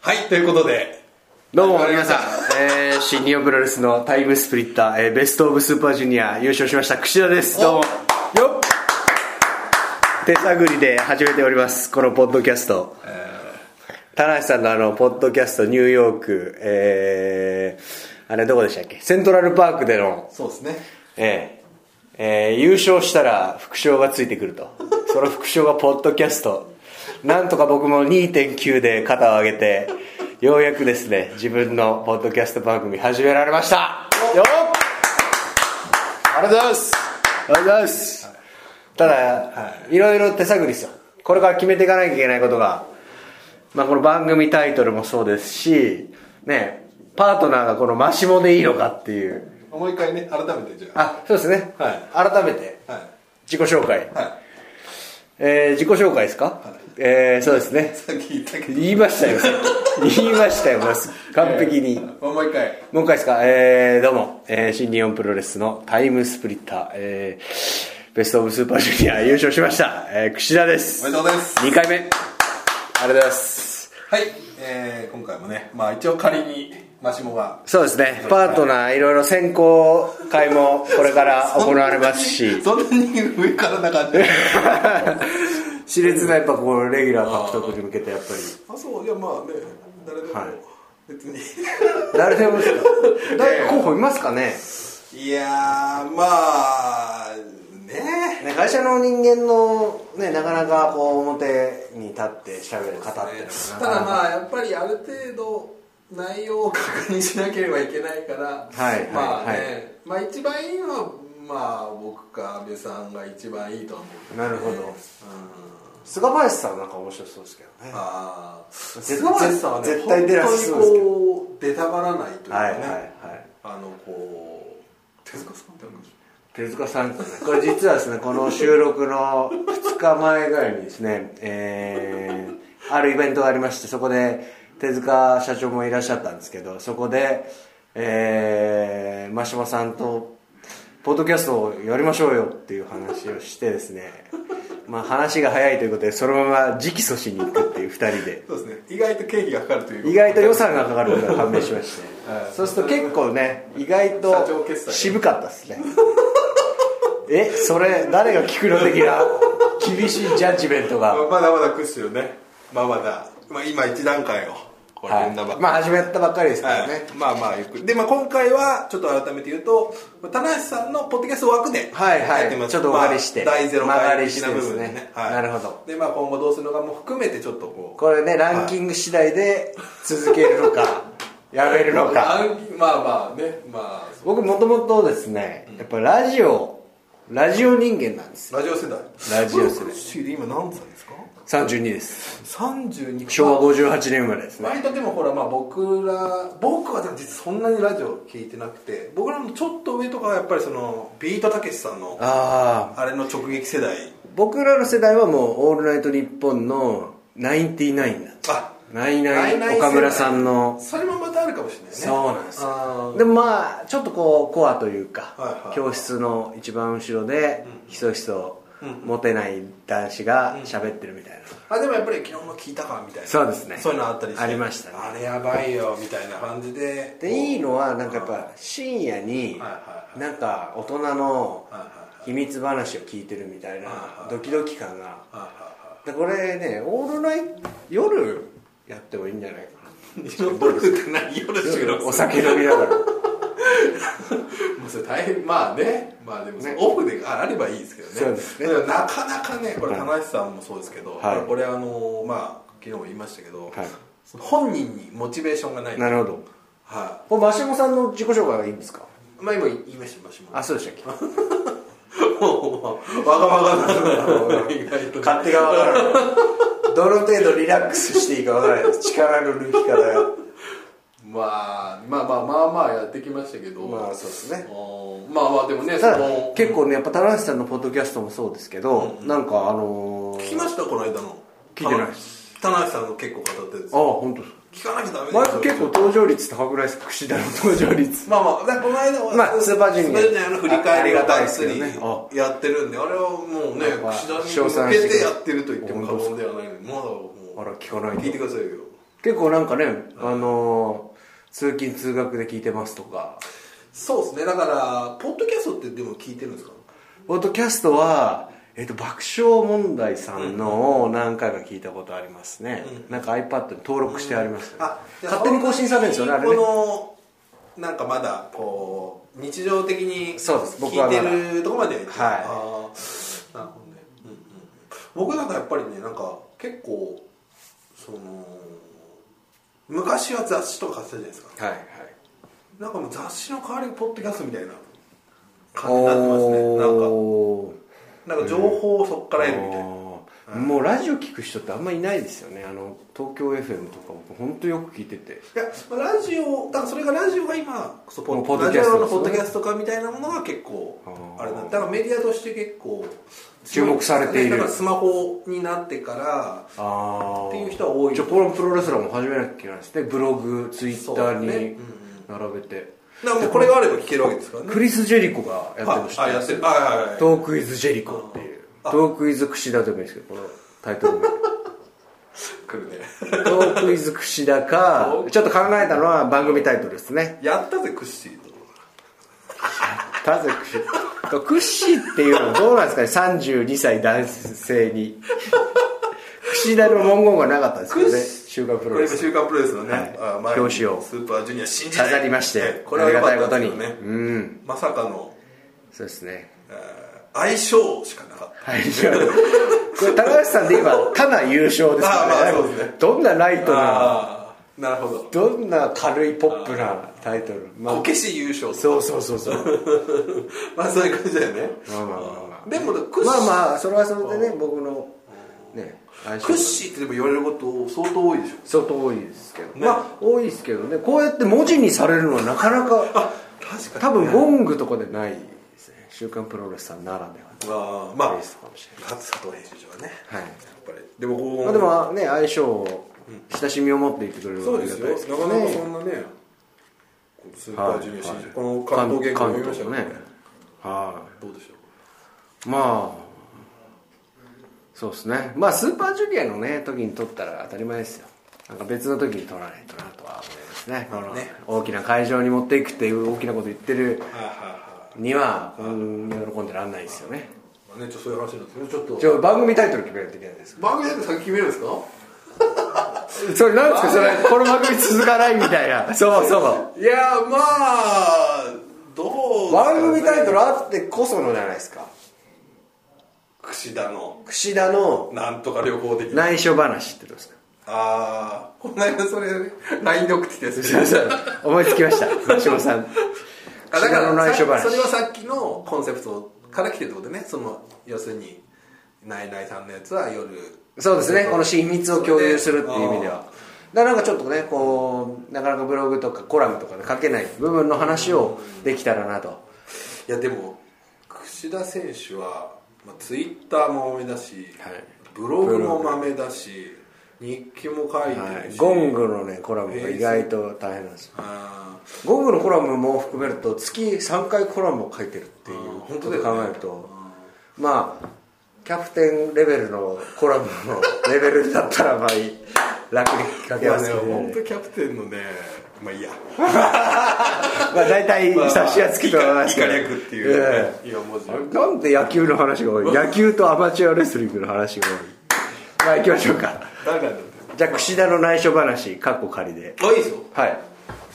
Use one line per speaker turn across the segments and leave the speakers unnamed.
はいということで
どうも皆さん、えー、新日本プロレスのタイムスプリッター、えー、ベストオブスーパージュニア優勝しました櫛田ですどうもよっ手探りで始めておりますこのポッドキャスト、田中さんのあのポッドキャストニューヨークえー、あれどこでしたっけセントラルパークでの
そうですね
えーえー優勝したら副賞がついてくるとその副賞がポッドキャストなんとか僕も2.9で肩を上げてようやくですね自分のポッドキャスト番組始められましたよっ
ありがとうございます
ありがとうございますただ、い、ろいろ手探りですよこれから決めていかなきゃいけないことが、まあ、この番組タイトルもそうですしねパートナーがこのマシモでいいのかっていう
もう一回ね改めてじゃあ
あそうですね、
は
改めて
はい
自己紹介、
は
えー自己紹介ですか、えーそうですね
いさっき言ったけど
言いま したよ言いましたよもう完璧に、
もう一回
もう一回ですか、えーどうも、えー新日本プロレスのタイムスプリッター、えーベストオブスーパージュニア優勝しました、えー、櫛田です
おめでとうございます
2回目ありがとうございます
はい、えー、今回もねまあ一応仮にマシモが
そうですねパートナーいろいろ選考会もこれから行われますし
そんなにそんなに上からな感じ
熾烈なやっぱこうレギュラー獲得に向けてやっぱり
あそういやまあね誰でも、
はい
別に
誰でも 誰か候補いますかね
いやーまあね
ね会社の人間のねなかなかこう表に立って喋る方って
ただまあやっぱりある程度内容を確認しなければいけないから、
はいはい
まあね、
はい
まあ一番いいのはまあ僕か安倍さんが一番いいとは思うけど
な
ね
るほど
うん
菅林さんなんか面白そうですけどね
ああ
絶絶対出なさそう
本
で
当
すけ
に
ど
こう出たがらないというか
はい
ね、
はいはい
あのこう手塚さんってあるんでし
手塚さんですねこれ実はですねこの収録の2日前ぐらいにですねえーあるイベントがありましてそこで手塚社長もいらっしゃったんですけどそこでえー、真島さんとポッドキャストをやりましょうよっていう話をしてですねまあ話が早いということでそのまま直訴しに行くっていう2人で
ょそうですね意外と経費がかかるというか
意外と予算がかかることが判明しまして
はい
そうすると結構ね意外
社長決
と
済
渋かったですね えそれ誰が聞くの 的な厳しいジャッジメントが、
まあまだまだ屈指のねまあまだ、まあ、今一段階をこれ
は
踏んだばっかり
い、まあ始めたばっかりですからね、
はい、まあまあゆっくりで、まあ、今回はちょっと改めて言うと棚橋さんのポッドキャスト枠で
はいはい
やってます
ちょっとお借りして
まあ、第ゼロ回的な
曲がり
部
して
分
で
ですす
ね
ね
なるほど
で、まあ、今後どうするのかも含めてちょっとこう
これねランキング次第で続けるのかやめるのか
あんまあまあねまあ
僕もともとですねやっぱラジオラジオ人間なんですよ
ラジオ世代
ラジオ世代
僕シーで今何歳ですか
32です
32
昭和58年生まれですね
割とでもほらまあ僕ら僕はでも実はそんなにラジオ聞いてなくて僕らのちょっと上とかはやっぱりそのビートたけしさんの
ああ
あれの直撃世代
僕らの世代はもう「オールナイトニッポン」の99だ
あ
ナイナ
ナイナイ世代
イ岡村さんの
それもまたあるかもしれないね
そうなんです
あー
でもまあちょっとこうコアというか、
はいはい
教室の一番後ろで、ひそひそモテない男子が喋ってるみたいな、
あでもやっぱり昨日の聞いたかみたいな
そうですね
そういうのあったりして
ありましたね
あれやばいよみたいな感じで
でいいのはなんかやっぱ深夜に
はいはいはい
なんか大人の
はいはい
秘密話を聞いてるみたい
はい
な
はい
ドキドキ感が
は
でこれねオールナイト夜やってもいいんじゃないかない
はい夜収録
お酒飲みながら
もうそれ大変まあねまあでもその
ね
オフでああればいいですけどね
そうですね
もなかなかねこれ田橋さんもそうですけど、
はい
これあのまあ昨日も言いましたけど、
はい
その本人にモチベーションがない
なるほど
は
これマシモさんの自己紹介はいいんですか
いまあ今言いましたもしも
あそうでしたっ
もうわがま まな意外と
け勝手が分からない どの程度リラックスしていいか分からないです力の抜き方 が
まあ、まあまあまあまあやってきましたけど
まあそうですね
うんまあまあでもね
ただ
その
結構ねやっぱ田中さんのポッドキャストもそうですけど、なんかあのー、
聞きましたこの間の
聞いてないです
田中さんの結構語ってるんです
ああ本当です
聞かなきゃダメですよ
マイク結構登場率高くないですか櫛田の登場率
まあまあだからこの間は
まあスーパージュニア
スーパの振り返りが
あありがた
が
いで
っ
す
つ
けど
り
ねあ
やってるんであれはもうね
まあ
串田
称
に
賛
向
し
け
てくれ
てやってると言っても過言ではないのにまだもう
あら聞かないと
聞いてくださいよ
結構なんかね、あのー通勤通学で聞いてますとか
そうですねだからポッドキャストってでも聞いてるんですか
ポッドキャストは、えっと爆笑問題さんのを何回か聞いたことありますね、なんか iPad に登録してありますよね、勝手に更新されるんですよねあれね
このなんかまだこう日常的に
そうです僕
聞
はいまだ
てるとこまではい
はい
あーなるほどね、うんうん、僕なんかやっぱりねなんか結構その昔は雑誌とか買ってたじゃないですか
はいはい
なんかもう雑誌の代わりにポッドキャストみたいな感じになってますねなんか
おー
なんか情報をそこから得るみたいな
あーもうラジオ聞く人ってあんまいないですよねあの東京 FM とか僕本当よく聞いてて
いやまあラジオだからそれがラジオが今そうポッ
もうポッ
ラ
ド
ジ
キャスト
オの
ですね
ポッドキャスト化みたいなものが結構
あー
あれなんだだからメディアとして結構
注目されている
だからスマホになってから
ああ
っていう人は多い
じゃあこのプロレスラーも始めなきゃいけないですねブログツイッター
そうね
に
うん
並べて、
だからもうこれがあれば聞けるわけですからね
クリス・ジェリコがやってました
あやってるあはいはいはい
トークイズ・ジェリコっていうトークイズ・櫛田でもいいですけどこのタイト ル名
来るね
トークイズ・櫛田かちょっと考えたのは番組タイトルですね
やったぜクッシーと
なぜクッシークッシーっていうのはどうなんですかね32歳男性にクシダの文言がなかったですけどね週刊プ
こ
ロ
れ
レ
今
ス
週刊プロレスのね、
はい
あ前に
表紙を
スーパージュニア新時代
飾りまして、
ねこれ
あ
は
り
良
が
か
た
った
いこ
んで
と
すよ
に、
ね
うん
まさかの、
そうですね
えー相性しかなかった
はいじゃあこれ高橋さんで今ただ優勝ですから ね
まあまあそうですね
どんなライトな
ああなるほど
どんな軽いポップなタイトルま
こ
あ
けし優勝とか
そうそうそうそう
まあそういう感じだよね
まあまあまあまあ
でもクッシ
まあ
ー、
まあそれはそれでね僕のね相性
クッシーってでも言われること相当多いでしょ
相当多いですけど、
ね
まあ多いですけどねこうやって文字にされるのはなかな か
確か
多分ゴングとかでないですね「週刊プロレス」さんならでは
にああまあ
レースかもしれ
勝佐藤編集長はね
はい
やっぱりでもこう、
まあ、でもね相性を親しみを持っていってくれるの
そ
は
う
あり
で
が
す
た
よ
いですけ
な
ど
かなかそ
ね
んなねスーパージュニア新
はい
人この関東原稿読みました
関
けどね
関東は
どうでしょう
いまあそうですねまあスーパージュニアのね時に撮ったら当たり前ですよなんか別の時に撮らないとなとは思いますねこの
ね
大きな会場に持っていくっていう大きなこと言ってる
はいはいは
には、うん、喜んでらんないですよね
いまあねちょっとそういう話なんですけどちょっと
じゃあ番組タイトル決めないといけないです
番組だって先決めるんですか
それなんですかそれこの番組続かないみたいなそうそ
いやまあどう
う番組タイトルあってこそのじゃないですか
串田の
櫛田の
なんとか旅行的な
内緒話ってどうですか
ああこの間それ LINE で送ってきた やつですね
思いつきま した川島さん
あだか
櫛田
ら
の内緒話
それはさっきのコンセプトから来てるってことでねその要するにナイナイさんのやつは夜
そうですねこの親密を共有するっていう意味ではだからなんかちょっとねこうなかなかブログとかコラムとかで書けない部分の話をできたらなと
いやでも櫛田選手は、まあ、ツイッターも豆だし、
はい
ブログも豆だし日記も書いてるし、
ゴングのねコラムが意外と大変なんですよ
あー
ゴングのコラムも含めると月3回コラムを書いてるっていう
あー
本
本当
当
だ
で
よね
考えるとまあキャプテンレベルのコラムのレベルだったらまあいい楽に書
い
け
や
ま
ね
すけど、
本
ね
当、キャプテンのねまあいいや
まあ大体差しはつくと思いますけど、
以下略っていうね、
え
今文字
えなんで野球の話が多い 野球とアマチュアレスリングの話が多いまあ行きましょうか
誰なんだって
じゃあ櫛田の内緒話かっこ仮で
あいいですよ
はい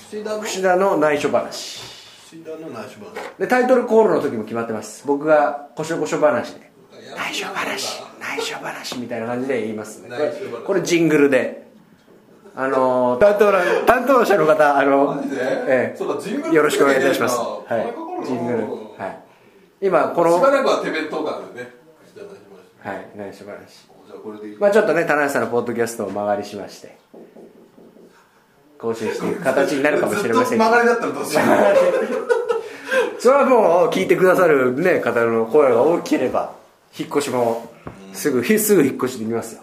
櫛田の
櫛田の内緒話
櫛田の内緒話
でタイトルコールの時も決まってます僕がこしょこしょ話で内緒話内緒話みたいな感じで言いますねこれ
内緒話
これジングルであのー担当の担当者の方あの
マジで
え
そうだジングル
よろしくお願いいたします
作ってねえなこれかかるなしば
はいジングルはい今このは
らくは手弁当感でね櫛田の内緒話
い内緒話
じゃあこれでいい
まあちょっとね田中さんのポッドキャストを間借りしまして更新していく形になるかもしれません
ずっと曲
けど
がりだったらどうしよう
それはもう聞いてくださる、ね、方の声が大きければ引っ越しもすぐひすぐ引っ越しできますよ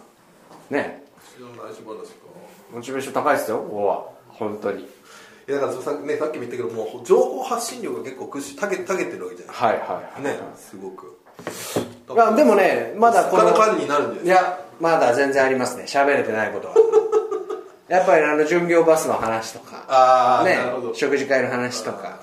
ね
櫛田の内緒話か
モチベーション高いですよここは本当に
いやだからそうさ,、ね、さっきも言ったけどもう情報発信力が結構くしたけたけてるわけじゃな
はいはい
いねすごく
いやでもねまだこの
他の間になるんじゃない
いやまだ全然ありますね喋れてないことはやっぱりあの巡業バスの話とか
ああ、
ね
なるほど
食事会の話とか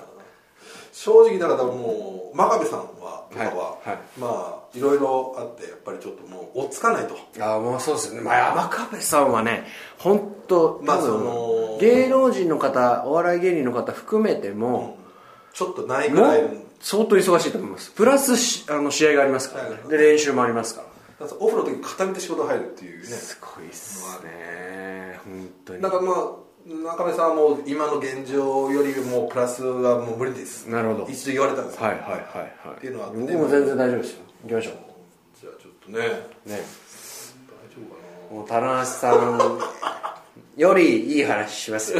正直だからもう真壁さんはとかは、
はいはい
まあいろいろあってやっぱりちょっともう追っつかないと
ああもうそうですね、まあ、山壁さんはね本当
まあ
多分
その
芸能人の方お笑い芸人の方含めても、
ちょっとないぐ
も
らいう
相当忙しいと思いますプラスしあの試合がありますから、ね
はい
で練習もありますから
だからオフの時片身で仕事入るっていうね
すごいっすね本当に
だからまあ中目さんはもう今の現状よりもプラスはもう無理です
なるほど
一度言われたんですよ
はいはいはいはい
っていうのはあって
僕も全然大丈夫ですよ行きましょ
じゃあちょっとね大丈
うね
夫かな
もう棚橋さんよりいい話します よ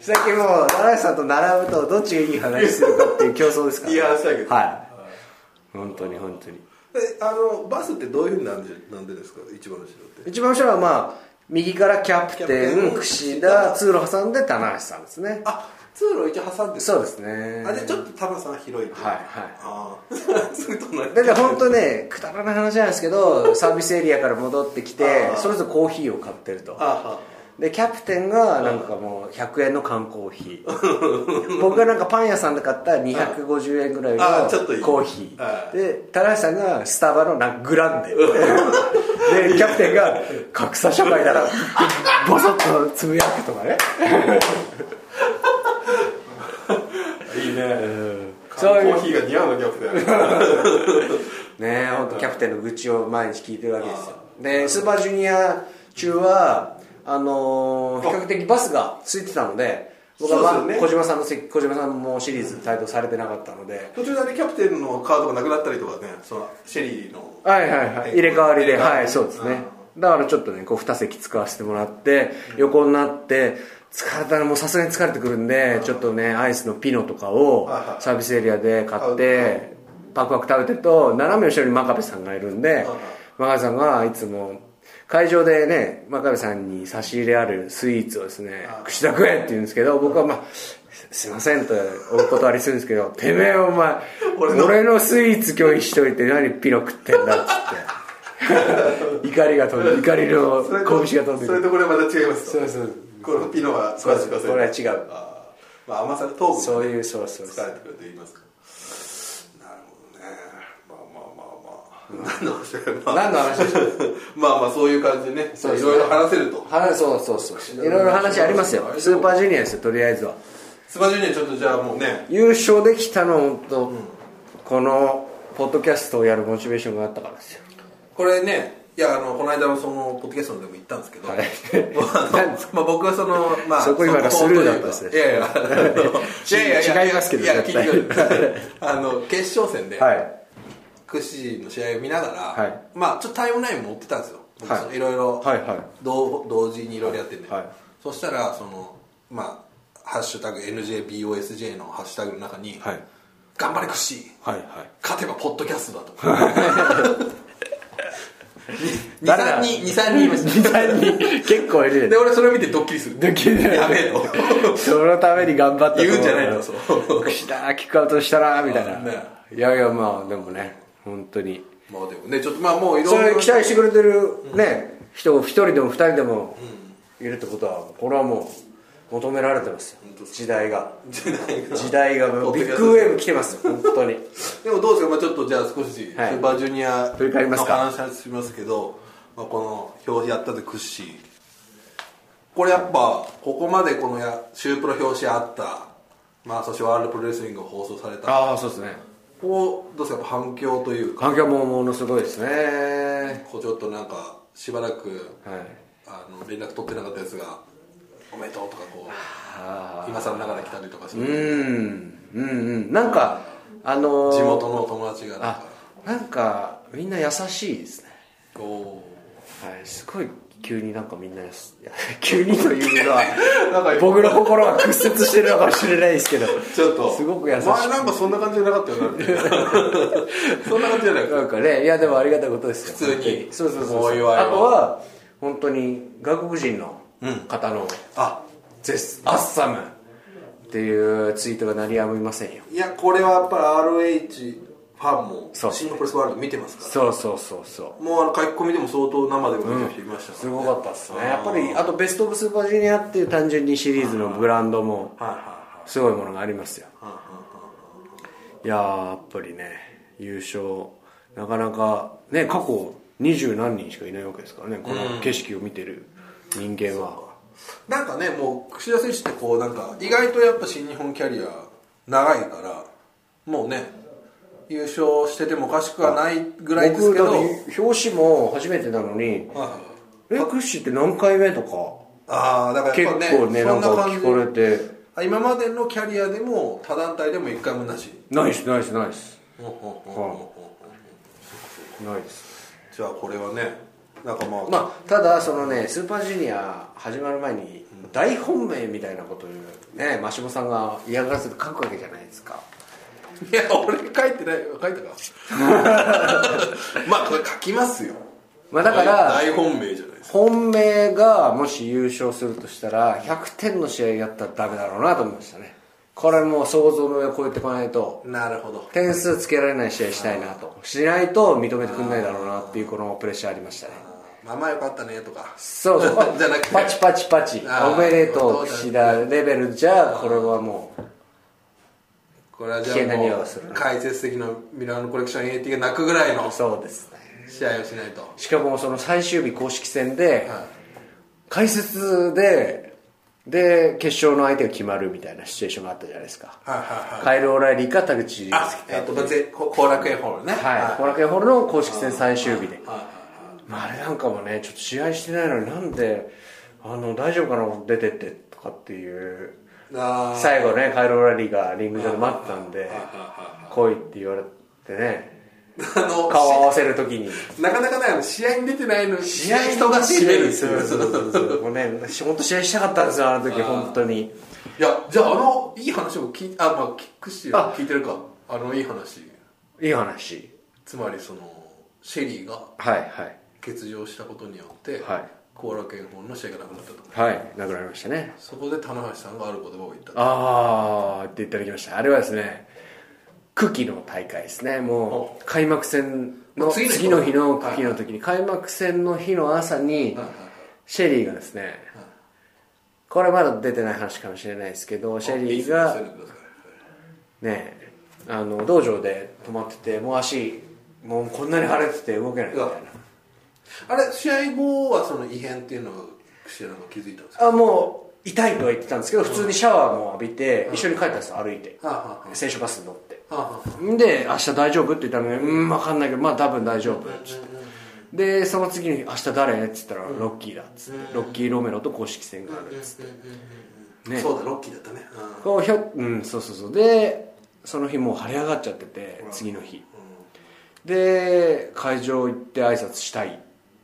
さっきもう棚橋さんと並ぶとどっちがいい話するかっていう競争ですから、
いい話だけど
はい本当に本当に
えあのバスってどういうふうになんでなんでですか一番の後ろって
一番後ろはまあ右からキャプテ
キャプ
ン
テン
櫛田通路挟んで棚橋さんですね
あ通路一応挟んで
そうですね
あでちょっと田村さん広いってう
はいはい
ああすぐ隣
だって本当ねくだらない話なんですけどサービスエリアから戻ってきて
あー
それぞれコーヒーを買ってると
あは
でキャプテンがなんかもう100円の缶コーヒー 僕がなんかパン屋さんで買った250円ぐらい
あーちょっといい
のコーヒ
は
ー
い
で棚橋さんがスタバのなんかグランデ でキャプテンが「格差社会だな」ってボソッとつぶやくとかね
いいね
そういう
ヒーが似合うのキャプテン
ねえ本当キャプテンの愚痴を毎日聞いてるわけですよでスーパージュニア中はあのー比較的バスがついてたので僕は、ま
そうですよね
小島さんの席小島さんもシリーズ帯同されてなかったので
途中であれキャプテンのカードがなくなったりとかねそのシェリーの
はいはいはい入れ替わりで
入れ替わり
はいそうですねだからちょっとねこう2席使わせてもらって横になって疲れたらもうさすがに疲れてくるんでちょっとねアイスのピノとかを
はいはい
サービスエリアで買っ
買う
てパクパク食べてると斜め後ろに真壁さんがいるんで
いはい
真壁さんがいつも会場でね真壁さんに差し入れあるスイーツをですね
はい
「串田食え!」って言うんですけど僕はまあすすいませんとお断りするんですけど「てめえお前
俺の
俺のスイーツ拒否しといて何ピノ食ってんだっつって怒りが飛んで怒りの
それと
拳が飛んで
それとこれはまた違います
そうそう
このピノは
そう
詳しく
これは違う
あーまあ甘さが糖分
そう
う
いうそうそうそ
疲
う
れてくると言いますかなるほどねまあまあまあまあ何の話だよまあ
何の話でしょう
まあまあそういう感じでね
そう
い
ですね
ろいろ話せると
話そうそうそういろいろ話ありますよスーパージュニアですよとりあえずは
スパジュニアちょっとじゃあもうね
優勝できたの本当、このポッドキャストをやるモチベーションがあったからですよ
これねいやあのこの間のそのポッドキャストでも言ったんですけど、
はい
あの まあ、僕はその、まあ、
そこ今がスルーだったんですね
いやいやあの いやいや
違いますけど
いや
絶
聞
対
いてくださいあの決勝戦で、
はい
クッシーの試合を見ながら、
はい
まあちょっとタイムラインも追ってたんですよ、僕
はい
そのいろいろ、
はいはい
同同時にいろいろやってるんで、
はい
そしたらそのまあ「ハッシュタグ #NJBOSJ」のハッシュタグの中に「
はい
頑張れクッシー
はいはい
勝てばポッドキャストだ」と
誰
23
だ
人二三人いました
結構いる
で俺それ見てドッキリする
ドッキリだよね
やべえと
そのために頑張ったと思
言うんじゃないの そう
串田キックアウトしたなみたいな、
あね
いやいやまあでもね本当に
まあでもねちょっとまあもういろ
そ
い
れ
ろ
期待してくれてるね、人一人でも二人でもいるってことはこれはもう求められてますよ時代が
時代が
時代がもうビッグウェーブ来てますよ本当に
でもどうですか、まあ、ちょっとじゃあ少しス
はい
ーパージュニア
振り返りま
の
すか
話しますけど、まあ、この表紙やったでクッシーこれやっぱここまでこのやシュープロ表紙あった、まあ、そしてワールドプロレスリングが放送された
ああそうですね
こうどうですかやっぱ反響というか
環境もものすごいですね
こうちょっとなんかしばらく
はい
あの連絡取ってなかったやつが「おめでとう」とかこ
あ
う今更ながら来たりとかして、
ーうんうんうんなんかあのー
地元の友達がなん
あ
か
なんかみんな優しいですね
こ
はいすごい急になんかみんなや す急にというのは
うなんか
僕の心は屈折してるのかもしれないですけど
ちょっと
すごく優しい
お前なんかそんな感じじゃなかったよなみたいなそんな感じじゃない
なんかねいやでもありがたいことですよ
普通に
そうそうそう
お祝いを
あとは本当に外国人の方の
あ
「ゼスアッサム」っていうツイートが鳴りやみませんよ
いやこれはやっぱり RH ファンも
そう
新日本プロレスワールド見てますから
そうそうそうそう
もうあの書き込みでも相当生でも見てる人いました
す
からね
ごかったですね
あー
やっぱりあと「ベスト・オブ・スーパージュニア」っていう単純にシリーズのブランドも
はいは
すごいものがありますよ
いはい
いやーやっぱりね優勝なかなかね過去二十何人しかいないわけですからねこの景色を見てる人間は、
なんかねもう櫛田選手ってこうなんか意外とやっぱ新日本キャリア長いからもうね優勝しててもおかしくはないぐらいです
僕
けど
だって表紙も初めてなのに
あ
「えクッシーって何回目?」とか
あーだから
結
やっぱね
構ね
そ
なんん
な
か
感じ
聞かれて
あ今までのキャリアでも他団体でも一回もなし
「ナイスナイスナイス
ほうほうほうほうほう
ナイス
じゃあこれはねなんかまあ、」
まあただそのねスーパージュニア始まる前に大本命みたいなことをね真下さんが嫌がらせて書くわけじゃないですか
いや俺書いてないよ書いたか まあこれ書きますよ
まあだから
大本命じゃないですか
本命がもし優勝するとしたら100点の試合やったらダメだろうなと思いましたねこれもう想像の上を超えてこないと
なるほど
点数つけられない試合したいなとしないと認めてくれないだろうなっていうこのプレッシャーありましたね
まあまあよかったねとか
そうそ う
じゃなくて
パチパチパチ
あー
おめで
そ
と
うだ
う
ね
岸田レベルじゃこれはもう
これはじ
危険な匂い
ゃあも
を
う
するな
解説的なミラーのコレクション AT が泣くぐらいの
そうですね
試合をしないと
しかもその最終日公式戦で
はい
解説でで決勝の相手が決まるみたいなシチュエーションがあったじゃないですか
はいはいはい
カイル・オライリーか田口竜介
あえっと別に後楽園ホールね
はい後楽園ホールの公式戦最終日で
はい
まああれなんかもねちょっと試合してないのになんであの大丈夫かな出てってとかっていう
あー
最後ねカイル・オライリーがリング上で待ってたんで来いって言われてね
あの
顔合わせるときに
なかなかねあの試合に出てないのに
試合
人が締めるって
そ
いう
うそうそうそうもうね仕事試合したかったんですよあの時本当に
いやじゃああのいい話も聞いあまあ聞くし
あ
聞いてるかあのいい話
いい話
つまりそのシェリーが
はいはい
欠場したことによって
はい
後楽園ホールの試合がなくなったと
はい亡くなりましたね
そこで棚橋さんがある言葉を言ったと
あーっていただきましたあれはですね久喜の大会ですねもう開幕戦の
次の日
次の日の久喜の時に開幕戦の日の朝に
はいはい
シェリーがですねこれまだ出てない話かもしれないですけどシェリー
そうい
が
うのください
ねあの道場で泊まっててもう足もうこんなに腫れてて動けないみたい
あれ試合後はその異変っていうのを知らなんか気づいたんですか
なあもう痛いとは言ってたんですけど普通にシャワーも浴びて一緒に帰ったんですよ歩いて
はあはあは
選手バスに乗って
あはあは
で明日大丈夫って言ったのにうん分かんないけどまあ多分大丈夫っつってでその次に明日誰っつったらロッキーだっつってロッキーロメロと公式戦があるっつって
あ
ね
そうだロッキーだったね
こうひょうんそうそうそうでその日もう腫れ上がっちゃってて次の日で会場行って挨拶したいっ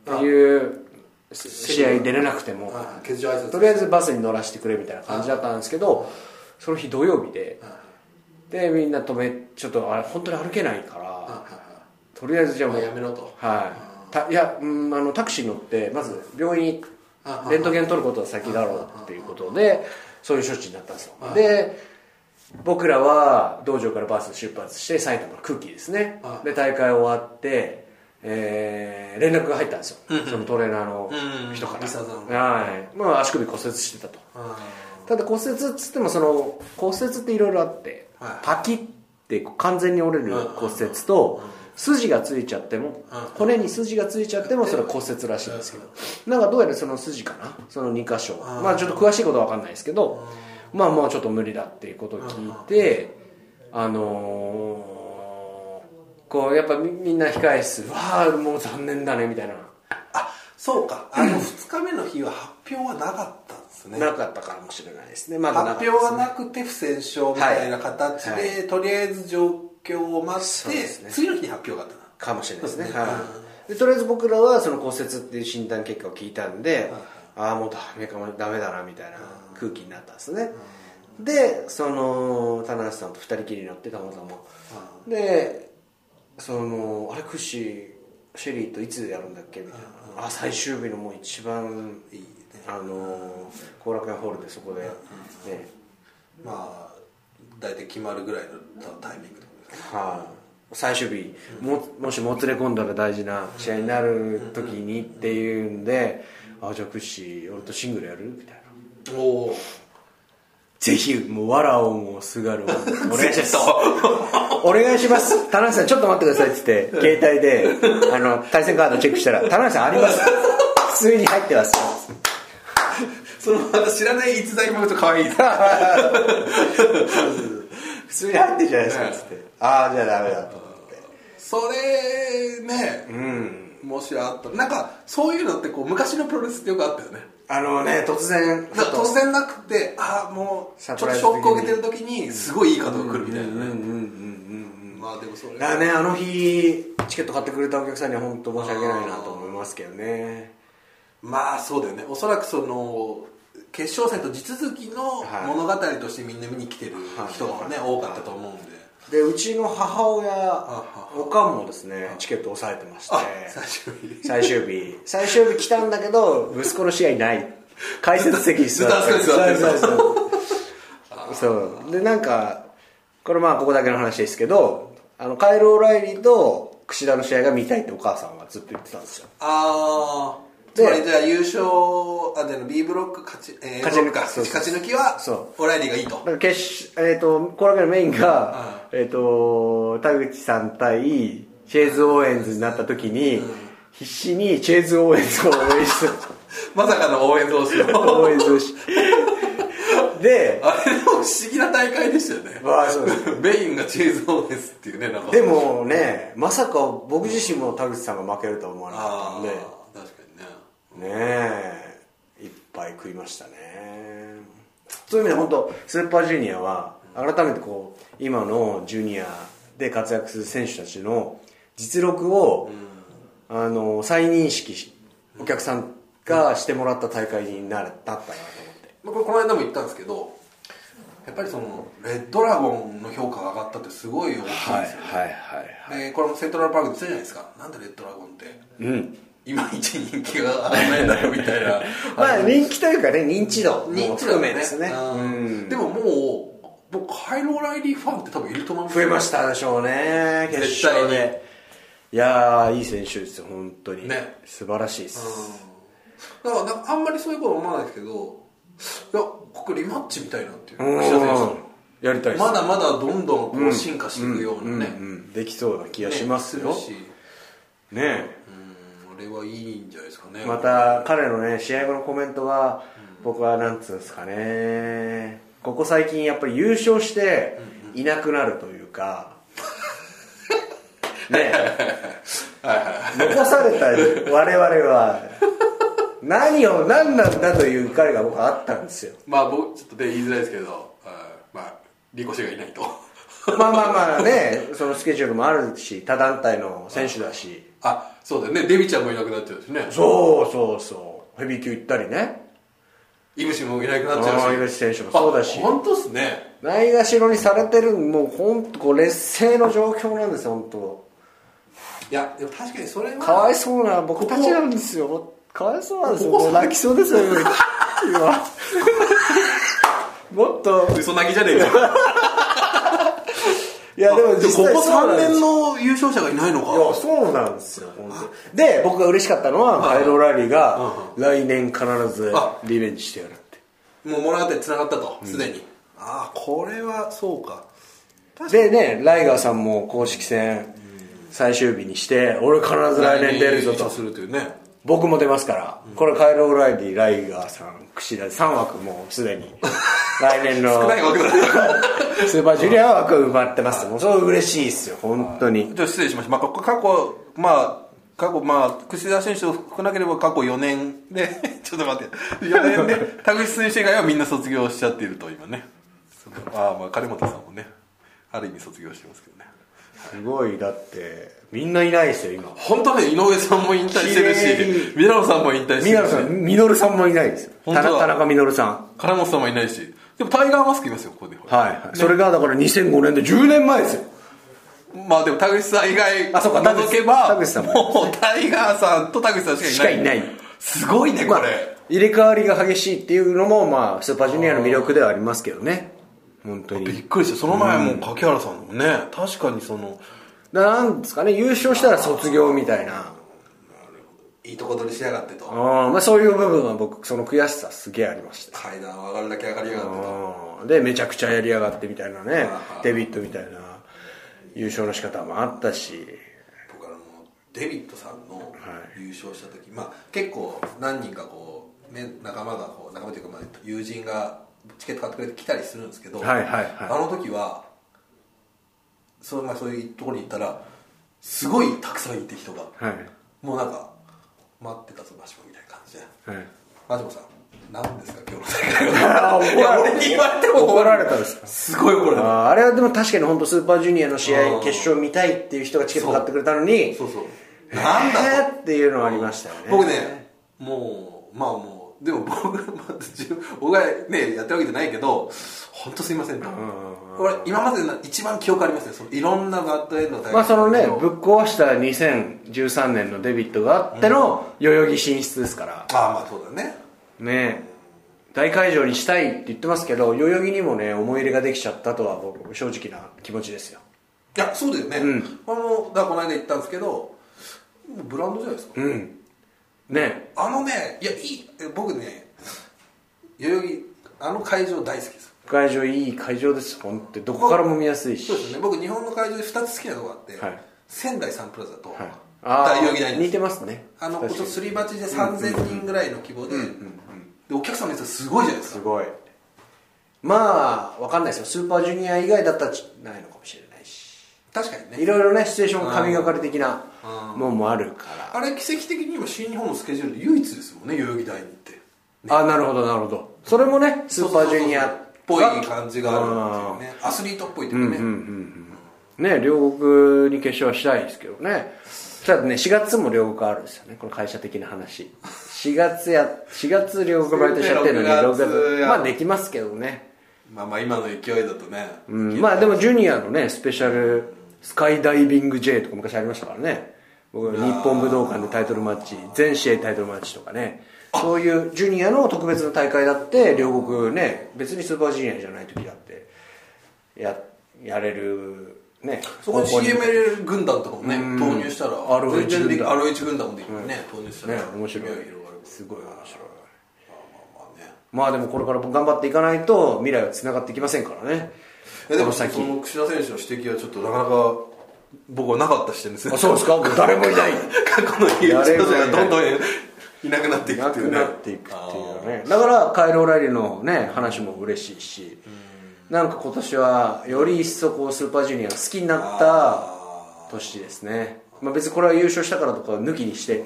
ていう試合出れなくても
うんああ欠場挨拶
とりあえずバスに乗らせてくれみたいな感じだったんですけどその日土曜日ででみんな止めちょっとあれ本当に歩けないからとりあえずじゃあも
も
う
うやめろと
はいたいやうんあのタクシー乗ってまず病院に
あ
レントゲン取ることは先だろうっていうことでそういう処置になったんですよで僕らは道場からバス出発して埼玉の空気ですね
あ
で大会終わってえー連絡が入ったんですよそのトレーナーの人か
うんうんうんリサさん
らはいまあ足首骨折してたと
あ
ただ骨折っつってもその骨折っていろいろあって、
はい
パキってこう完全に折れる骨折と、筋がついちゃっても、骨に筋がついちゃってもそれは骨折らしいんですけど、なんかどうやらその筋かなその2箇所はまあちょっと詳しいことは分かんないですけど、まあもうちょっと無理だっていうことを聞いて、あのーこうやっぱみみんな控え室わあもう残念だねみたいな、
あそうかあの2日目の日は発表はなかったんですね
なかったかもしれないですねまだなかっ
発
た
表はなくて不戦勝みたいな形
はいは
でとりあえず状況を待
そう
って
ですね
次の日に発表があったな
かもしれないですね
そうですね
はいでとりあえず僕らはその骨折っていう診断結果を聞いたんで、ああもうダメかもダメだなみたいな空気になったんですね、でその棚橋さんと二人きりになってたまたまでそのあれクッシーシェリーといつやるんだっけみたいなあ最終日のもう一番いい、あの後楽園ホールでそこで、ね
まあ大体決まるぐらいのタイミングってことですね
はい最終日ももしもつれ込んだら大事な試合になる時にっていうんで「あじゃあクッシー俺とシングルやる?」みたいな
おお
「ぜひもうわらをもす がるをお願いします」「 お願いします田中さんちょっと待ってください」っつって携帯であの対戦カードチェックしたら「田中さんあります」普通に入ってます
そのまた知らない逸材もちょっと可愛いですね
普通に入ってるじゃないですかっつって「ああじゃあダメだ」と思って
それね、もしあったらなんかそういうのってこう昔のプロレスってよくあったよね
あのね突然
なんか突然なくてああもうちょ
サ
っと
プ
シ
ライズ的
ョ
に
ックを受けてる時にすごいいい方が来るみたいなねまあでもそれ
だからねあの日チケット買ってくれたお客さんには本当申し訳ないなと思いますけどね
まあそうだよねおそらくその決勝戦と地続きの
はい
物語としてみんな見に来てる人がね、多かったと思うんで、
でうちの母
は
親おかんもですねチケット押さえてまして
あ最終日
最終日最終日来たんだけど息子の試合ない解説席に座って
ずっとあそこに座ってる
そうそうそうそうでなんかこれまあここだけの話ですけどあのカイル・オライリーと櫛田の試合が見たいってお母さんはずっと言ってたんですよ
ああつ
で
まりじゃあ優勝あでの B ブロック勝ち,、えー、
勝ち抜き
か
そう
勝
そ
ち
う
抜きは
そ
オライリーがいいと
なんか決勝えっ、と、後楽園のメインが、えっ、と、田口さん対チェーズ・オーエンズになった時に、必死にチェーズ・オーエンズを応援する。
まさかの応援同士の
応援するし。で、
あれでも不思議な大会でしたよね
まあそうです
メインがチェイズ・オーエンスっていうねなんか
でもね、まさか僕自身も田口さんが負けるとは思わなか
あ
っ
あ、
た
確かにね
んで、ねえ、いっぱい食いましたね。そういう意味で本当スーパージュニアは、改めてこう、今のジュニアで活躍する選手たちの実力を、あの再認識しお客さんがしてもらった大会になれたったなと思って
まあこれこの間も言ったんですけどやっぱりそのレッドラゴンの評価が上がったってすごい大きいんですよ、
はいはい
でこれもセントラルパークで言ってたじゃないですかなんでレッドラゴンって
うん
いまいち人気が上がらないんだよみたいな
まあ人気というかね認知度も
認知
含
度
めですねうん
でももう僕カイロ・ライリーファンって多分いると思うんです
増
よ
えましたでしょうね決
絶対に
勝でいやーいい選手ですよ本当に
ね
素晴らしいです
だからなんかあんまりそういうこと思わないですけどいやここリマッチみたいなっていう
うん
岸田選手の
やりたいです
まだまだどんどんこう進化していくようなね、
うんうんできそうな気がしますよ
ねるし
ねえ
うんあれはいいんじゃないですかね
また彼のね試合後のコメントが僕はなんつうんですかねここ最近やっぱり優勝していなくなるという かね残された我々は何を何なんだという彼が僕はあったんですよ
まあ僕ちょっとで言いづらいですけどあーまあリコ氏がいないと
まあまあまあねそのスケジュールもあるし他団体の選手だし
あそうだよねデビちゃんもいなくなっちゃうしね
そうそうそうヘビー級行ったりね
イブシもいなくなっちゃ
あ
う
ー
し
井口選手もそうだし
あ本当っすね
ないがしろにされてるもう本当こう劣勢の状況なんですよ本当
いやでも確かにそれは
かわいそうな僕たちなんですよかわいそうなんですよもう泣きそうですよ今今もっと
嘘泣きじゃねえよ
いやでも
で
実
もここ
際そうな
3
んです
年
よ
の優勝者がいないのか
いやそうなんですよ本当で僕が嬉しかったのはカイロ・ラリーが来年必ず
あ
リベンジしてやるって
もう物語つながったとすでに、ああこれはそうか
でねライガーさんも公式戦最終日にして俺必ず来年出る
来年
ぞ
優
と
勝するというね
僕も出ますから、これカイロ・オライディライガーさん櫛田3枠もうすでに 来年の
少ないわけだ
スーパージュニア枠埋まってますもうそれ嬉しいですよ本当に
じゃあ失礼しました、まあ、ここ過去まあ過去まあ櫛田選手を含なければ過去4年で ちょっと待って4年で田口選手以外はみんな卒業しちゃっていると今ねそうああまあ金本さんもねある意味卒業してますけどね
すごいだってみんないないですよ今
本当ね井上さんも引退してる
綺麗
し宮野さんも引退して
宮
る
野
し
さんミノルさんもいないですよ
本当
田
だ
田中ミノルさん
金本さんもいないしでもタイガーマスクいますよここで
はい、はいそれがだから2005年で10年前ですよ
まあでも田口さん以外
あそうか田口
除けば
田口さんも
もうタイガーさんと田口さんし
し
か
か
い
い
な
ないい
すごいねこれ、
入れ替わりが激しいっていうのもまあスーパージュニアの魅力ではありますけどね本当
びっ
に
くりしたその前もう柿原さんもね、確かにその
だからなんですかね優勝したら卒業みたいな
はいいとこ取りしやがってと
あ、まあ、そういう部分は僕その悔しさすげえありました
階段を上がるだけ上がりやがってと
うんでめちゃくちゃやりやがってみたいなね
あー
デビットみたいな優勝の仕方もあったし
僕あのデビッドさんの優勝した時、まあ結構何人かこう、ね、仲間がこう仲間というかまあ友人がチケット買ってくれて来たりするんですけど、
はいはいはい
あの時はそう,、まあ、そういうところに行ったらすごいたくさんいて人が、
はい
もうなんか待ってたぞマシモみたいな感じで。
はい
マジモさん何ですか今日の大会はいや俺に言われても
怒られたんですか
すごい怒られた
あーあれはでも確かに本当スーパージュニアの試
う
合
ん
決勝見たいっていう人がチケット買ってくれたのに
そうそうなんだ
えーっていうのはありましたよね
僕ねもうまあもうでも僕がまず自分僕がねやってるわけじゃないけど本当すいませんと俺今までの一番記憶ありますねそのいろんなガッドエンドの大会
まあそのねぶっ
ぶ
壊した2013年のデビットがあっての代々木進出ですから
ああまあそうだね
ね大会場にしたいって言ってますけど代々木にもね思い入れができちゃったとは僕正直な気持ちですよ
いやそうだよね、
うん
あのだからこの間行ったんですけどもうブランドじゃないですか、
うんね
あのねいやいいえ僕ね代々木あの会場大好きです
会場いい会場です本当にどこからも見やすいし
そうですね僕日本の会場で2つ好きなとこがあって、
はい
仙台サンプラザと、
はいあ
代々木
あ
大
似
です
てますね
あの
確
ち
か
ょ
に
すり鉢で3000人ぐらいの規模で,、でお客さんのやつすごいじゃないです
す
か
ごいまあわかんないですよスーパージュニア以外だったらちないのかもしれないし
確かにね
いろいろねシチュエーション神がかり的なもんもあるから
あれ奇跡的に今新日本のスケジュールで唯一ですもんね代々木大にって
あなるほどなるほどそれもねスーパージュニア
っぽい感じがあるっていうねアスリートっぽいというかね、
ね両国に決勝はしたいですけどねただね4月も両国あるんですよねこの会社的な話4月や4月両国バイトしちゃってるのに
6
6
月
月
や
まあできますけどね
まあまあ今の勢いだとね、
うん、まあでもジュニアのねスペシャルスカイダイビング J とか昔ありましたからね僕日本武道館でタイトルマッチ全試合タイトルマッチとかねそういうジュニアの特別な大会だって両国ね別にスーパージュニアじゃない時だってややれるね
そこに
方向
CML 軍団とかもね投入したら
ROH
全然でき
軍団
ROH 軍団もできるね、投入したら
ね面白い
夢が広がる
すごい面白い
まあね
まあでもこれから頑張っていかないと未来はつながってきませんからね
えでも
この
そ
先
の櫛田選手の指摘はちょっとなかなか僕はなかった視点ですね
あ そうですか誰もいない
過去の優勝者がどんどんいなくなっていく
な
ってい
く
うね
なっていくっていうねだからカイロ・オライリのね話も嬉しいしなんか今年はより一層こうスーパージュニアが好きになった年ですねまあ別にこれは優勝したからとかは抜きにして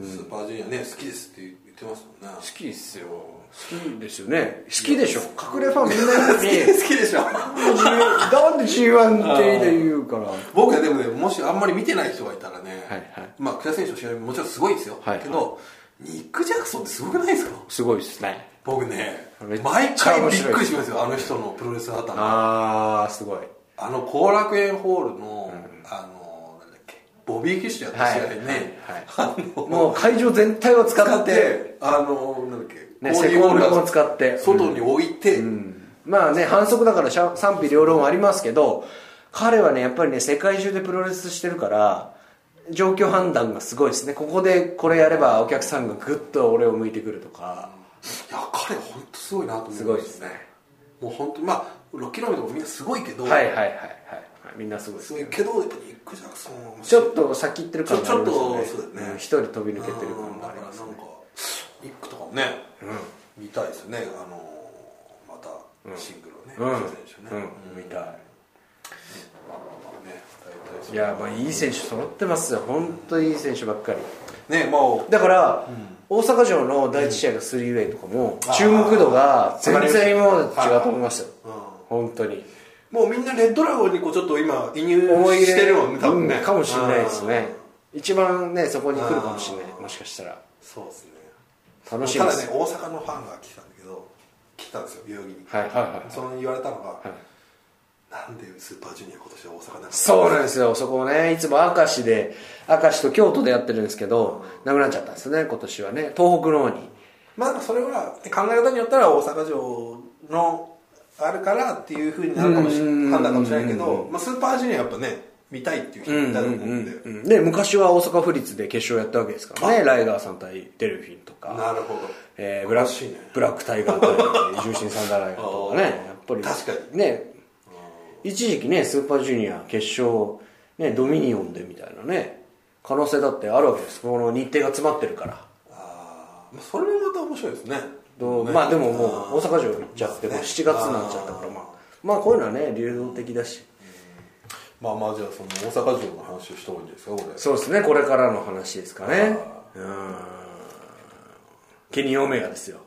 スーパージュニアね好きですって言ってますもんね
好きです よ好きですよね好きでしょ隠れファンみんな に
好きでしょ
なんで G1 って言うから
僕はでもねもしあんまり見てない人がいたらね、
はいはい
まあ櫛田選手の試合ももちろんすごいですよ、
はいはい
けどニック・ジャクソンってすごくないですか
すごいですね
僕ね
めっちゃ
毎回び
面
っ
白い
くりしますよあの人のプロレス頭
ああすごい
あの後楽園ホールの、あのなんだっけボビー・キッシュやった試合ね、
はいはいもう会場全体を使
使
っ
っててあのなんだっけ、
ね
オーディ
セコンド
ウォーカー
も使って
外に置いて、
まあね反則だからしゃ賛否両論ありますけど彼はねやっぱりね世界中でプロレスしてるから状況判断がすごいですねここでこれやればお客さんがグッと俺を向いてくるとか
いや彼本当すごいなと思います
すごいですね
もう本当まあ6キロメートルもみんなすごいけど、
はいはいはいはいはいみんなすごいですす
ごいけどやっぱニック・ジャクソンは面
ち
白い
ょっと先行ってる感がありますよ
ち
ね
ょちょっとそうだよね
ん一人飛び抜けてる感
うん
もあります
だからな
ね
んかニックとかもね、見たいですねあのまたシングルをね、
うん、
櫛田選手
う
ね、
ん、見たい
うんね大体そう
いやまあいい選手揃ってますよ本当いい選手ばっかり
ねまあ
だから、大阪城の第一試合の 3way とかも、注目度が全然今までと違うと思いますよ、本当に
もうみんなレッドラゴンにこうちょっと今移入
思い入れ
してるもんね多分ね、
うんかもしれないですね一番ねそこに来るかもしれないもしかしたら
そうですね
楽しみです
ただね大阪のファンが来てたんだけど来たんですよ代々木に、
はいはいはい
その言われたのが、なんでスーパージュニア今年は大阪なんですか
そうなんですよそこをねいつも明石で明石と京都でやってるんですけどなくなっちゃったんですね今年はね東北の方に
まあなんかそれは考え方によったら大阪城のあるからっていうふうになるかもしれない判断かもしれないけど、まあ、スーパージュニアやっぱね見たいっていう人もいたと思うんで、
うんで昔は大阪府立で決勝やったわけですからねライガーさん対デルフィンとか
なるほど
えーブラ
しい
ッ
ね
クブラックタイガー対重心サンダーライガーとかね
あ
や
ー
っぱり
確かに
ね一時期ねスーパージュニア決勝、ね、ドミニオンでみたいなね可能性だってあるわけですこの日程が詰まってるから
あーまあそれもまた面白いですね
どう
ね
まあでももう大阪城行っちゃってもう
ね
7月になっちゃったからまあまあこういうのはね流動的だし
まあまあじゃあその大阪城の話をした方がいいんですかこれ
そうですねこれからの話ですかねうんケニー・オメガですよ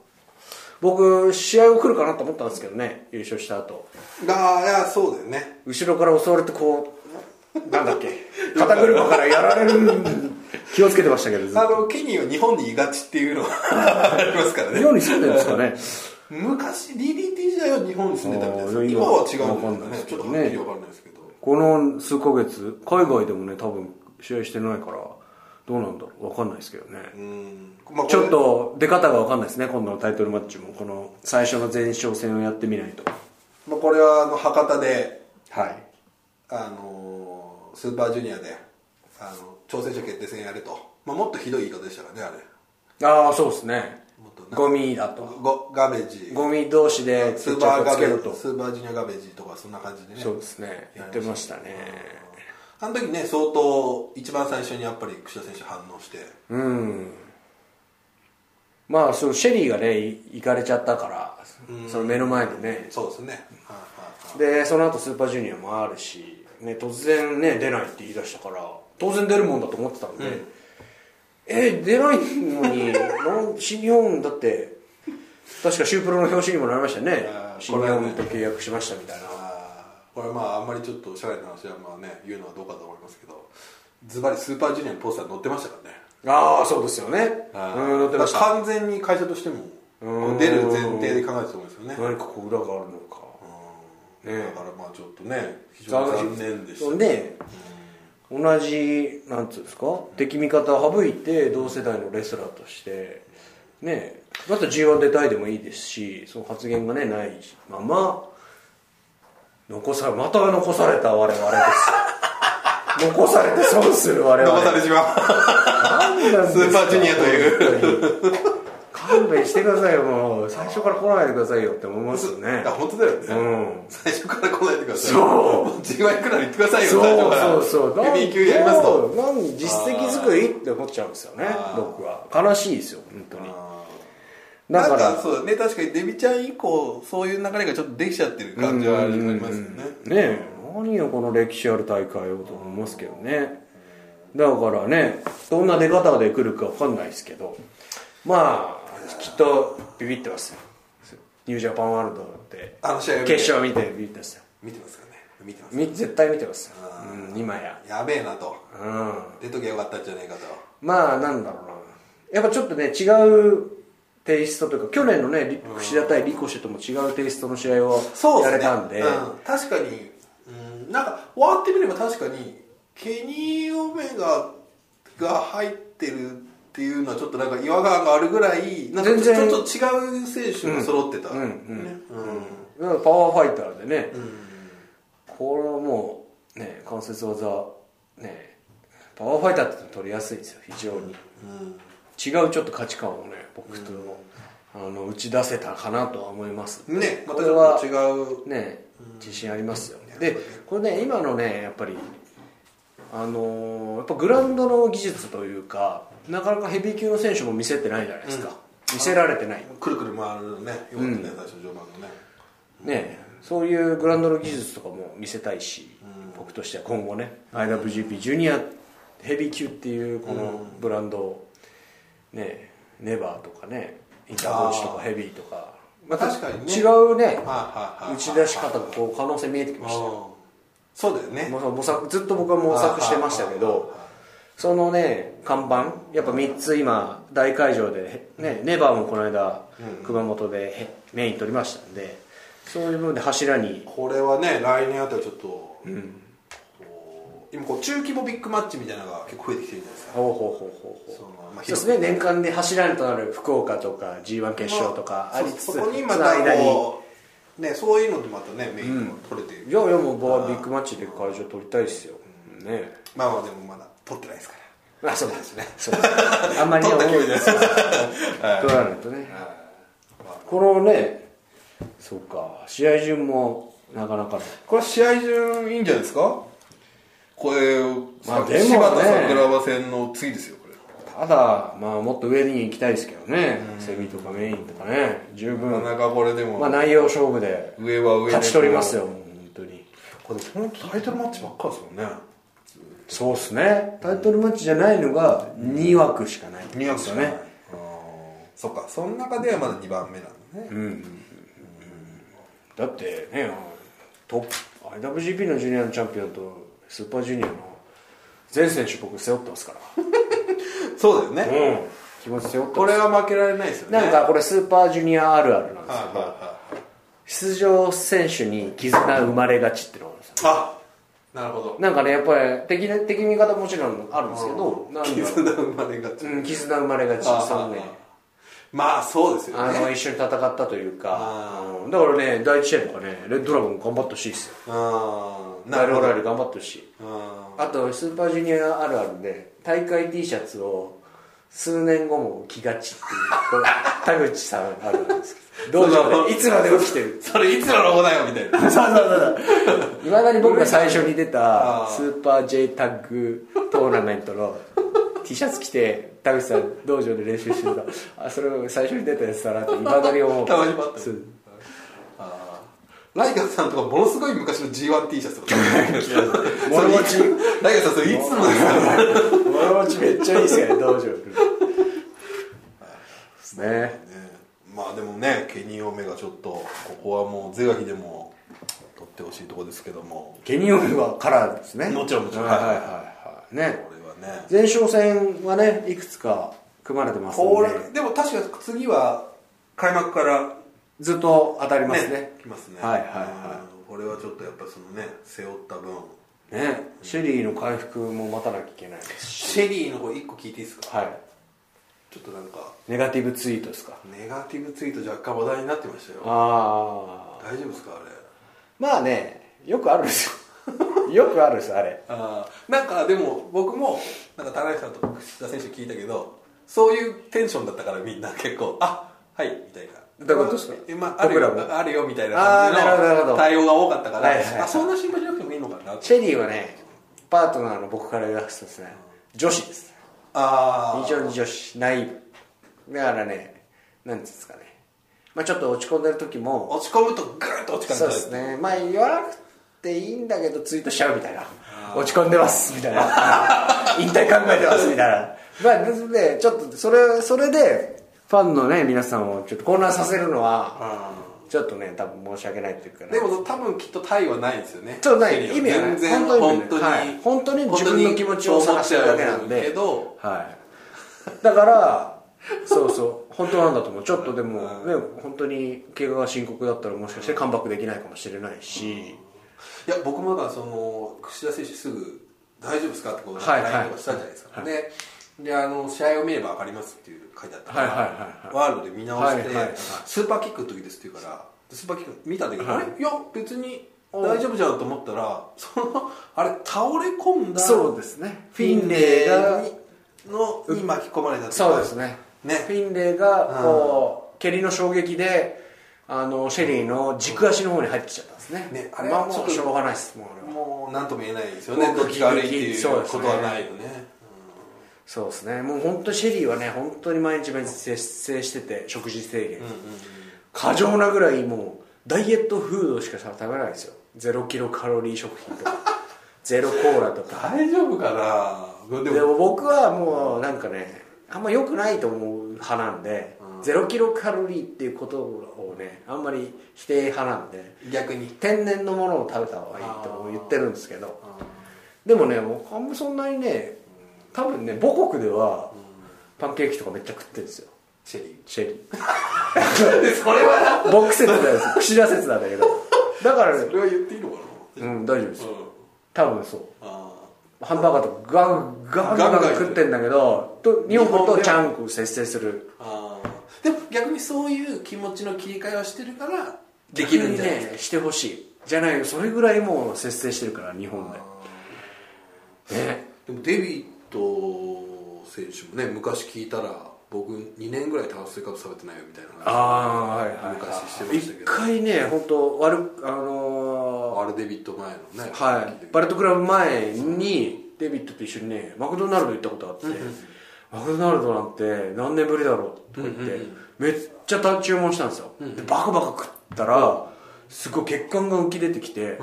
僕試合を来るかなと思ったんですけどね優勝した後
ああいやそうだよね
後ろから襲われてこうなんだっけ肩車からやられる気をつけてましたけどずっ
あ
と
のケニーは日本にいがちっていうのがありますからね
日本に住んでるんです
昔 DDT 時代は日本に住んでたみたいです
あー
ね今は違うん
わかん
だ
な
よね
いです
ちょ
け
っ
ど
と
ね
はっきりわかんないですけど
この数ヶ月海外でもね多分試合してないからどうなんだろうわかんないですけどね
うんまあ
ちょっと出方がわかんないですね今度のタイトルマッチもこの最初の前哨戦をやってみないと
まあこれはあの博多で
はい
あのースーパージュニアであの挑戦者決定戦やれと、まあ、もっとひどい言い方でしたからね
ああそうですね
もっとな
ゴミ
あ
だ
れ
と
ゴガベージ
ゴミ同士で
ス
決
ー
着
パー
を
ガ
つけ
ベ
ろ
ージ
と
スーパージュニアガベージとかそんな感じでね
そうですね言ってましたね
あの時ね相当一番最初にやっぱり櫛田選手反応して
うんまあそのシェリーがねい行かれちゃったからその目の前でね
そうですね、はいはいはい
でその後スーパージュニアもあるし、ね、突然ね出ないって言い出したから当然出るもんだと思ってたんで、え出ないのになん 新日本だって確かシュープロの表紙にもなりましたよね
あー
新日本と契約しましたみたいな
あーこれまああんまりちょっとおしゃれな話はまあね言うのはどうかと思いますけどズバリスーパージュニアのポスターに載ってましたからね
ああそうですよねうん乗ってました
完全に会社としても
うん
出る前提で考えてたと思うんですよね
何かこう裏があるのか
うんだからまあちょっとね非常に残念でしたね
ね同じなんつうんですか敵味方を省いて同世代のレスラーとしてねまた g 1出たいでもいいですしその発言がねないまま残さまた残された我々ですよ残されて損する我々
残されちまう
何なんですか
スーパージュニアと
いう勘弁してくださいよもう最初から来ないでくださいよって思いますよね
あ本当だよね、
うん
最初から来ないでください
そう
う G1 いくら言ってくださいよ
そう
最初から
そうそう
ヘビー級やりますと
そうなん実績作りって思っちゃうんですよね
あー
僕は悲しいですよ本当に
あー
だか
なん
ら
そうだね確かにデビちゃん以降そういう流れがちょっとできちゃってる感じはありますよね
ねえ何よこの歴史ある大会をと思いますけどねだからねどんな出方で来るか分かんないですけどまあきっとビビってますよニュージャパンワールドって
あの試合を見て
決勝見てビビってますよ
見てますかね見てます
み絶対見てますよ、うん、今や
やべえなと
うん
出ときゃよかったんじゃねえかと
まあなんだろうなやっぱちょっとね違うテイストというか去年のねリ櫛田対リコシェとも違うテイストの試合
そ
を
うですね
やれたんで
うん、確かに、うん、なんか終わってみれば確かにケニー・オメガが入ってるっていうのはちょっとなんか違和感があるぐらいなんか
全
ちょ
然
っと違う選手が揃ってた、
うんうん
ねうん
だからパワーファイターでね、
うん
これはもうね関節技ねパワーファイターって取りやすいんですよ非常に
うん
違うちょっと価値観をね僕と、あの打ち出せたかなとは思います
ねま
こ
た
れ
ち
は
ょっと違う
ね自信ありますよでこれね今のねやっぱりあのーやっぱグラウンドの技術というかなかなかヘビー級の選手も見せてないじゃないですか、見せられてない
くるくる回るねよかったね、最初序盤のね
ねそういうグラウンドの技術とかも見せたいし、僕としては今後ね IWGP ジュニアヘビー級っていうこのブランドをねネバーとかねインターボーチとかヘビーとかまた
確かにね
違うね
はいはいはいはい
打ち出し方がこう可能性見えてきましたよ
うんそうだよね
模索模索ずっと僕は模索してましたけどそのね看板やっぱ3つ今大会場で、ね、ネバーもこの間熊本でへメイン取りましたんでそういう部分で柱に
これはね来年あたりちょっと、こう今こう中規模ビッグマッチみたいなのが結構増えてきてるじゃないですか
ほうほうほうほうほう
そ
そうう,、
まあ
ですね年間で柱にとなる福岡とか g 1決勝とかありつつ、
そそこにま
その間
た
に
こうねそういうのでまたねメインが取れてる、
いやいやもうバービッグマッチで会場取りたいですよ、ねね
まあまあでもまだ取ってないですか
まあそうですねそうですね あんまりね
取った気分です
そうそう取らないとねこのねそうか試合順もなかなかね
らこれ試合順いいんじゃないですかこれ、
まあ
さ
でもね
柴田桜庭戦の次ですよこれ
ただまあもっと上に行きたいですけどねセミとかメインとかね十分
なかなかこれでも、
まあ内容勝負で
上は上で
勝ち取りますよもう本当に
これ本当タイトルマッチばっかですもんね
そうっすねタイトルマッチじゃないのが2枠しかない
2枠しか
ね
ねそっかその中ではまだ2番目なのね、
だってねトップ IWGP のジュニアのチャンピオンとスーパージュニアの全選手僕背負ってますから
そうだよね、
うん気持ち背負って
こ
ます
れは負けられないですよね
なんかこれスーパージュニアあるあるなんです
はいはいはい
けど出場選手に絆生まれがちってのがあるんですよ
あなるほど
なんかねやっぱり敵ね敵味方もちろんあるんですけどなんだろう
絆生まれがち、
うん絆生まれがち
あー
そのね
まあそうですよね
あの一緒に戦ったというか
あ
うんだからね第一試合とかねレッドドラゴン頑張ってほしいですよ
ああ
ラ
な
イ
る
ロ
ほ
ラ
ど
イル頑張ってほしい
あ
あとスーパージュニアあるあるで大会 T シャツを数年後も着がちっていうこれ田口さんあるあるですけ ど道場でいつまでも着 てる
ーそれいつのロゴだよみたいな
そうそうそうそういまだに僕が最初に出た
あー
スーパー J タッグトーナメントの T シャツ着て田口さん道場で練習してたあそれ最初に出たやつだなっていまだに思 う
たまに待ってる
そう
あーライガーさんとかものすごい昔の G1T シャツ とか
もろもち
それライガーさんそれいつ のですか
物持ちめっちゃいいっすよね道場来る ですね
ねまあでもねケニー・オメがちょっとここはもうゼガヒでも取ってほしいとこですけども
ケニーオメはカラーですね
もちろんもちろん
はいはいはいはいね
これはね
前哨戦はねいくつか組まれてますん
こ
で
れでも確か次は開幕から
ずっと当たりますね
ね来ますね
はいはいは
うんこれはちょっとやっぱそのね背負った分
いねシェリーの回復も待たなきゃいけないですし
シェリーの方一個聞いていいですか
はい
ちょっとなんか
ネガティブツイートですか
ネガティブツイート若干話題になってましたよ
ああ
大丈夫ですかあれ
まあねよくあるんですよよ くあるんですあれ
あーなんかでも僕もなんか田中さんと串田選手聞いたけどそういうテンションだったからみんな結構あはいみたいな
どういうことですか
えまあ、あるよ
僕らも
あるよみたいな感
あーなるほどなる
じ
ほど
の対応が多かったから、
はいはいはい
あそんな心配しなくてもいいのかなって
シェリーはねパートナーの僕から言わせてですね女子です
あ
非
あ
常に女子ナイーブだからねなんていうんですかねまあちょっと落ち込んでる時も
落ち込むとグーッと落ち込んじ
そ
ゃ
う
う
ですねまあ言わなくていいんだけどツイートしちゃうみたいな落ち込んでますみたい な引退考えてますみたいなまあですのでちょっとそれそれでファンのね皆さんをちょっと混乱させるのはちょっとね多分申し訳ないっていうかね
でも多分きっと対はないんですよね
ちょっとない
シェ
意
リ
味
ー
は
は
ない
全然本
本当
当
に
に、
はい本当に自分の気持ちを
本当に
探してるだけなん
思っちゃう
で
けど
はい、だからそうそう本当なんだと思うちょっとでも、ね、本当に怪我が深刻だったらもしかしてカムバックできないかもしれないし、
いや僕もだからその櫛田選手すぐ「大丈夫ですか?」ってこう
はいはい
LINE とかしたじゃないですか、でであの試合を見れば分かりますっていう書いてあったから、
はいはいはいは
ワールドで見直して、
はいはいはい
スーパーキックの時ですって言うからスーパーキック見たんだけど、あれいや別に大丈夫じゃんと思ったらそのあれ倒れ込んだ
そうですねフィンレイが
のに巻き込まれたとか
そうですね
ね
フィンレイがこう蹴りの衝撃であのシェリーの軸足の方に入ってきちゃったんですね,、
ねあれ
まあ
ちょ
も
っ
う
と
しょうがないですもうあれは
もう何とも言えないですよね
もう
どっちが悪いってい
そう
う
です
こ
ね
とはないよね
そうですねもう本当にシェリーはね本当に毎日毎日節制してて食事制限、過剰なぐらいもうダイエットフードしか食べないんですよゼロキロカロリー食品とかゼロコーラとか
大丈夫かなで
で
も
も僕はもうなんかねあんま良くないと思う派なんで、ゼロキロカロリーっていうことをねあんまり否定派なんで
逆に
天然のものを食べた方がいいと言ってるんですけどでもね僕あんまそんなにね多分ね母国ではパンケーキとかめっちゃ食ってるんですよ
シェリ
シェリー
ーでそれはな
僕説なんです串田説なんだけどだから
そ
ね
れは言っていいのか
う
な、
ん大丈夫です
う
よ
ん
多分そう
あ
ハンバーガーとかガンガン
ガン
ガ
ガ
ン
ン
食ってんだけどと日本
日本
と
では
ちゃんこ節制する
ーあーでも逆にそういう気持ちの切り替えをしてるからできるんじゃないです
逆にねしてほしいじゃないよそれぐらいもう節制してるから日本でね
でもデビット選手もね昔聞いたら僕2年ぐらい炭水化物食べてないよみたいな話
ああーはいはい
昔してま
はい
した
一
けど
回ね本当悪あの
あれデビット前のね
ーはいバレットクラブ前にデビッドと一緒にねマクドナルド行ったことあってマクドナルドなんて何年ぶりだろうとか言ってめっちゃた注文したんですよでバカバカ食ったらすごい血管が浮き出てきて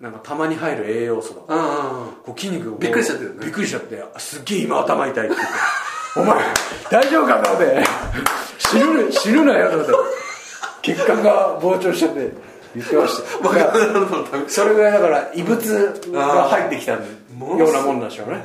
なんかたまに入る栄養素だから
ああ
こう筋肉が
びっくりしちゃってるよね
びっくりしちゃってあすっげえ今頭痛いって言ってお前大丈夫かと思 って死ぬ死ぬなよと思って血管が膨張しちゃって言ってましただからそれぐらいだから異物が入ってきたよ
ものす
うなもんなんでしょうね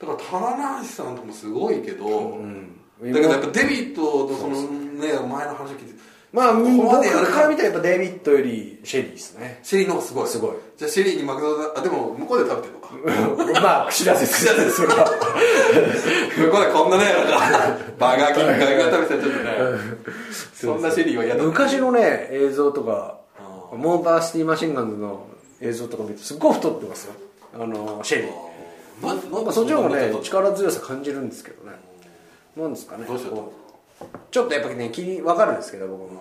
だから棚橋さんともすごいけど、
うん
だけどやっぱデビットのそのね前の話を聞いて
まあ
ここまでやる
僕から
か
見たらやっぱデイビッドよりシェリーですね
シェリーの方がすごい
すごい
じゃあシェリーにマクドナルドあでも向こうで食べてるのか
まあ串出せ口出せですよ
向こうでこんなねな んかバーガーキングガリガリ食べてたらちょっとねそんなシェリーは嫌だ
昔のね映像とかモーバーシティマシンガンズの映像とか見るとすっごい太ってますよあのシェリー
まなん
ま
か
あ、そっちの方が
見
ね
たこと
力強さ感じるんですけどねなんですかね
どうしようと
こちょっとやっぱりね気に分かるんですけど僕も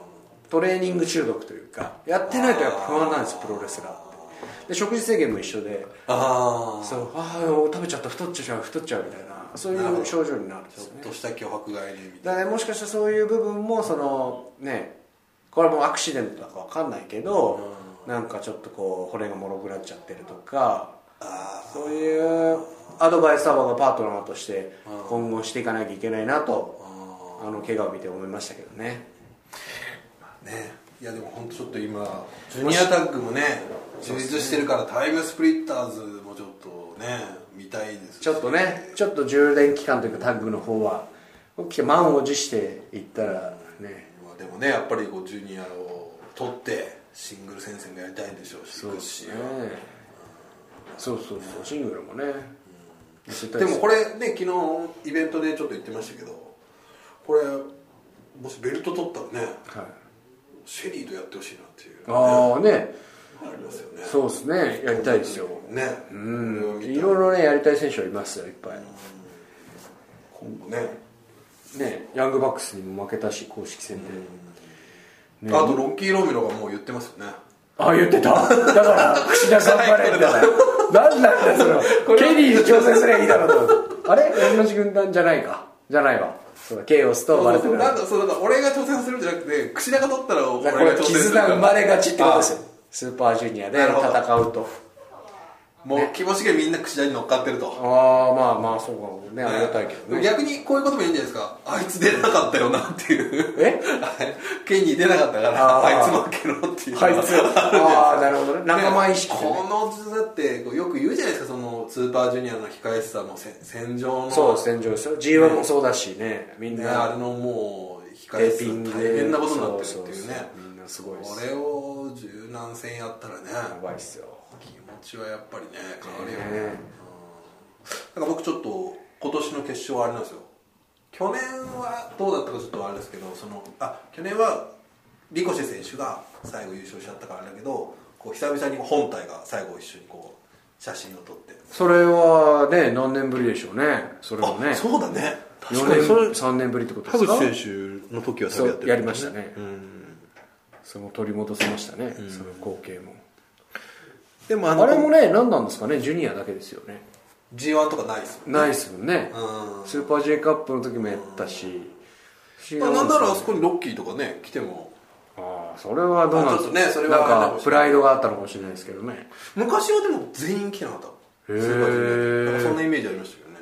トレーニング中毒というかやってないとやっぱ不安なんですプロレスラーってで食事制限も一緒で
ああ
そうああ食べちゃった太っちゃう太っちゃうみたいなそういう症状になるんです
ち
よ
ょっ
ね
とした脅迫概念みたい
だからねもしかしたらそういう部分もそのねこれはもうアクシデントだか分かんないけど、なんかちょっとこう骨がもろくなっちゃってるとかそういうアドバイスは僕はパートナーとして今後していかなきゃいけないなとあの怪我を見て思いましたけどね
なねいやでも本当ちょっと今ジュニアタッグもね充実してるからタイムスプリッターズもちょっとね見たいですし
ちょっとねちょっと充電期間というかタッグの方は起きて満を持していったらね
まあでもねやっぱりこうジュニアを取ってシングル戦線がやりたいんでしょうし
ねそうそうそうシングルもね見せたい
で
です
もこ
ね
れね昨日イベントでちょっと言ってましたけどこれもしベルト取ったらね
はい
シェリーとやってほしいなっていう
ああね
ありますよね
そうですねやりたいですよ
ねうん
いろいろねやりたい選手はいますよいっぱい
今後ね
ねヤングバックスにも負けたし公式戦で、
あとロッキー・ロミロがもう言ってますよね
あ言ってただから串田頑張れみたいな何なんだよそれケリーに挑戦すればいいだろうと思ってあれ同じ軍団じゃないかじゃないわそうだケイオスとバレて
そう
る
なんかそうなんか俺が挑戦するんじゃなくて櫛田が取ったら
だ
俺
からこ
が
れ
挑戦するか
絆
ら
生まれがちってことですよスーパージュニアで
なるほど
戦うと
もう気持ちがみんな櫛田に乗っかってると
ああまあまあそうかもねありがたいけどね
逆にこういうこともいいんじゃないですかあいつ出なかったよなっていう
え
ケニー出なかったか
あ
ら
ー
あいつ負けろっていう
はいああなるほどね仲間意識ね
この図だってこうよく言うじゃないですかそのスーパージュニアの控え室さのせ戦場の
そう戦場ですよ G1 もそうだしねみん
ね
な
あれのもう控
テ
え
ー
室
ピング
大変なことになってるってい
そうそ
ね
そみんなすごいです
こ
や
れを柔軟戦やったらね
ばいっすよ
気持ちはやっぱりね変わるよね
ね
なんか僕ちょっと今年の決勝はあれなんですよ去年はどうだったかちょっとあれですけどそのあ去年はリコシェ選手が最後優勝しちゃったからあれだけどこう久々に本体が最後一緒にこう写真を撮って、
それはね何年ぶりでしょうねそれもね
あそうだね
4年3年ぶりってことですか
選手の時は
そうやりましたね
ん
その取り戻せましたねその光景も
でもあ
あれもね何なんですかねジュニアだけですよね
G1 とかないですよ
ないっすもんね
うん
スーパー J カップの時もやったし不思議
まあ
も
なんん
で
な
すよ
らあ
ね
そこにロッキーとかね来ても
ああそれはどうなん
あちょ
ですか
っとねそれは
なんかプライドがあったのかもしれないですけどね
昔はでも全員来てなかったス
へー
ーパージュニアなんかそんなイメージありましたけどね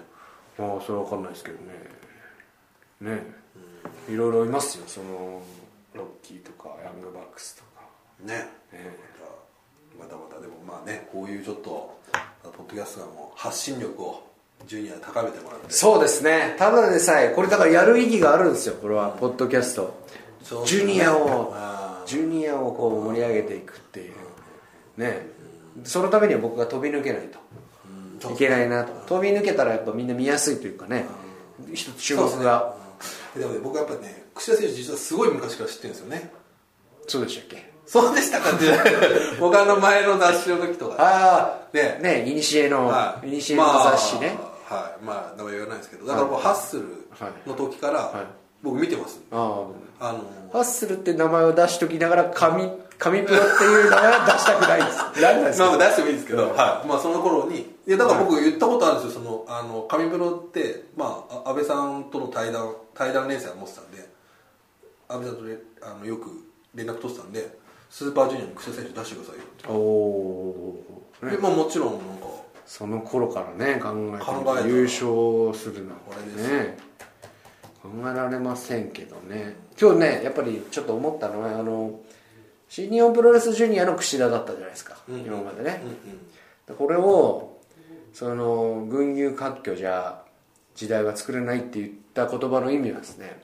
まあそれは分かんないですけどねねいろいろいますよそのロッキーとかヤングバックスとか
ね
え
またまたでもまあねこういうちょっとポッドキャストがもう発信力をジュニアで高めてもらって
そうですねただでさえこれだからやる意義があるんですよこれはポッドキャスト
そう
ジュニアを
あ
ジュニアをこう盛り上げていくっていうねそのためには僕が飛び抜けないと
そう
いけないなと飛び抜けたらやっぱみんな見やすいというかね一つ注目が
でもね僕はやっぱね櫛田選手実はすごい昔から知ってるんですよね
そうでしたっけ
そうでしたか って僕あの前の雑誌の時とか
あ
ね
あねいにしえの、い、にしえの
まあ
雑誌ね、
はいまあ名前言わないですけどだからもうハッスルの時から僕見てます
あ
あの
あハッスルって名前を出しときながら紙紙プロっていう名前は出したくないです何 なんです
まあ
か
出してもいいんですけど、はいまあ、その頃にいやだから僕言ったことあるんですよそのあの上風呂って、まあ、あ安倍さんとの対談対談連載を持ってたんで安倍さんとれあのよく連絡取ってたんでスーパージュニアの楠田選手出してくださいよっ
おお
て、でまあ、もちろんなんか
その頃からね考え
考え
て
たら
優勝するなん
これ
て
です
ね考えられませんけどね今日ねやっぱりちょっと思ったのはあの新日本プロレスジュニアの櫛田だったじゃないですか、
うん
今までね
うん、うん
これをその群雄割拠じゃ時代は作れないって言った言葉の意味はですね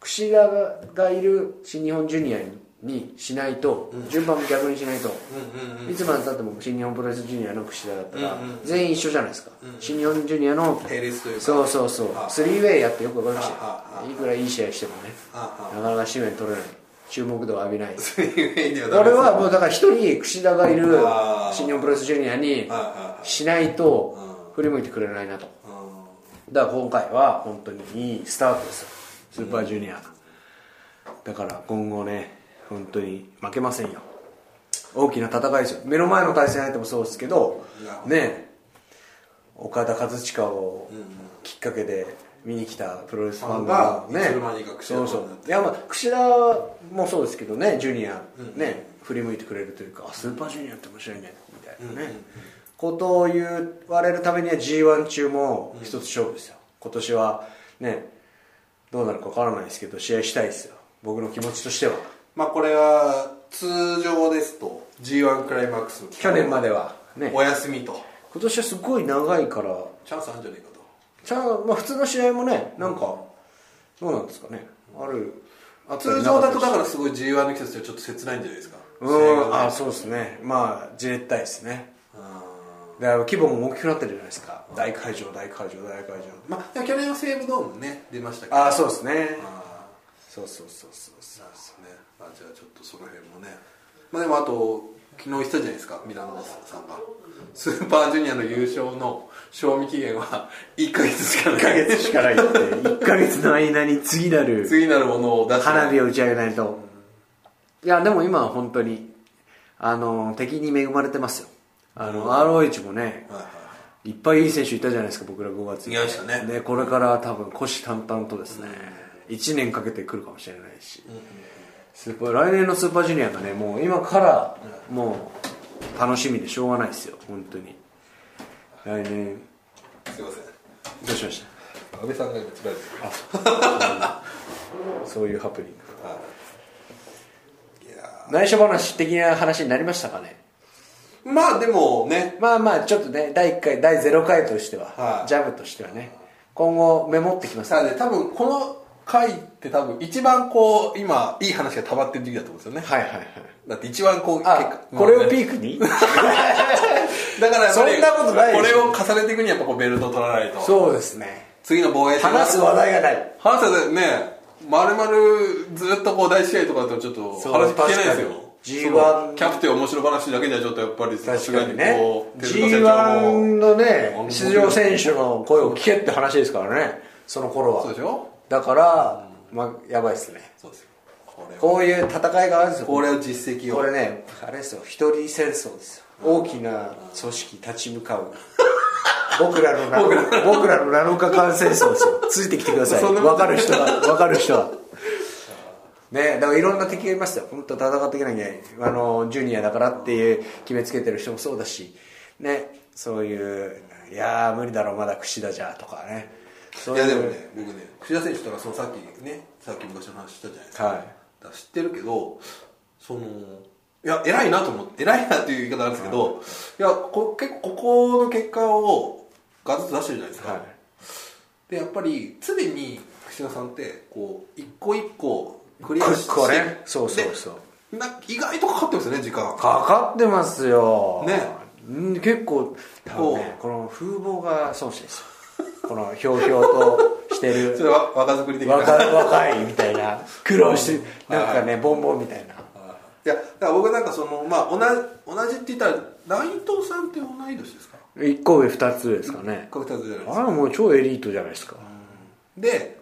櫛田がいる新日本ジュニアにしないと、順番も逆にしないと、
うんうんうん
いつまでたっても新日本プロレスジュニアの櫛田だったら、
うんうん
全員一緒じゃないですか、新日本ジュニアの
並列というか
そうそうそう
あ
スリーウェイやってよくわかりまし
ああ
たよいくらいい試合してもね
あ
なかなか紙面取れない注目度を浴びない
スリーウェイにはダメ
俺
です
はもうだから一人櫛田がいる
あー
新日本プロレスジュニアに
はいはいはい
しないと振り向いてくれないなとだから今回は本当にいいスタートですよスーパージュニア、だから今後ね本当に負けませんよ大きな戦いですよ目の前の対戦相手もそうですけど
なるほど
ね岡田和親をきっかけで見に来たプロレスファンが
ファン
ね
がいつの間にか櫛田
そうそういやまあ櫛田もそうですけどねジュニアね振り向いてくれるというかあスーパージュニアって面白いねみたいなねことを言われるためには g 1中も一つ勝負ですよ今年はねどうなるかわからないですけど試合したいですよ僕の気持ちとしては
まあこれは通常ですと G1 クライマックスの期
去
間
年まではね
お休みと
今年はすごい長いから
チャンスあるんじゃないかと
ちゃんまあ普通の試合もねなんかどうなんですかねあるあったり
通
な
常
かった
だ
り
とだからすごい G1 の季節ではちょっと切ないんじゃないですか
うんあそうですねまあじれったいですねだから規模も大きくなってるじゃないですか大会場大会場大会場
まあでも去年は西武ドームね出ましたけど
ああ
う
そうですね
あ
そうそうそうそうそう
ーねあじゃあちょっとその辺もねまあでもあと昨日言ってたじゃないですかミラノさんがスーパージュニアの優勝の 賞味期限は1か月しか ない
1ヶ月しかないって1ヶ月の間に次なる
次なるものを出して
花火を打ち上げないといやでも今は本当にあの敵に恵まれてますよあの ROH もね
はいはい
いっぱいいい選手いたじゃないですか僕ら5月に
いましたね
これから多分虎視眈々とですね1年かけてくるかもしれないしスーパー来年のスーパージュニアがねもう今からもう楽しみでしょうがないですよ本当に来年
すいません
どうしました
安倍さんが今つらいです
そういうハプニング
いや
内緒話的な話になりましたかね
ーまあでもね
まあまあちょっとね第1回第0回としては、
はい
ジャブとしてはね今後メモってきます
さあ
ね
ね多分この回って多分一番こう今いい話が溜まってる時期だと思うんですよね
はいはいはい
だって一番こう
あこれをピ
ー
ークに
だからやっぱり
そんなことないでしょ
これを重ねていくにはやっぱこうベルト取らないと
そうですね
次の防衛戦
話す話題がない
話すねまるまるずっとこう大試合とかだとちょっと
そう
話聞けないですよ
確かに G1
キャプテン面白話だけじゃちょっとやっぱりさす
確
が
か
に
にね
こう手塚社長
G1
も
のね
うん
出場選手の声を聞けって話ですからねその
そ
頃
う
は
でしょ
だから、まあ、やばいっすね
そうですよこれを
こういう戦いがあるんですよ
これを実績を
これねあれですよ一人戦争ですよ大きな組織立ち向か う僕らのな僕らの7日間戦争ですよついてきてください
そんな
分かる人は分かる人はねだからいろんな敵がいますよ本当戦っていけなきゃいけないあのジュニアだからっていう決めつけてる人もそうだしねそういういやー無理だろまだ櫛田じゃとかねそう
い
い
や
う
でもね僕ね櫛田選手とかそのさっきねさっき昔の話したじゃないですか,、
はい
だから知ってるけどそのいや偉いなと思って偉いなっていう言い方なんですけど、い、やこ結構ここの結果をガツッと出してるじゃないですか、
はい
でやっぱり常に櫛田さんってこう一個一個クリアして
これねそうそうそう
でな意外とかかってますよね時間
かかってますよ
ね
うん結構多分ね
お
この風貌が損してるんですよこのひょうひょうとして
そ
る
れは若作り的な
若若いみたいな苦労してるなんかねボンボンみたいな
いやだから僕なんかそのまあ同じ同じって言ったら内藤さんって同い年ですか
1個上2つですかね
角田じゃないです
あ
から
もう超エリートじゃないですか
で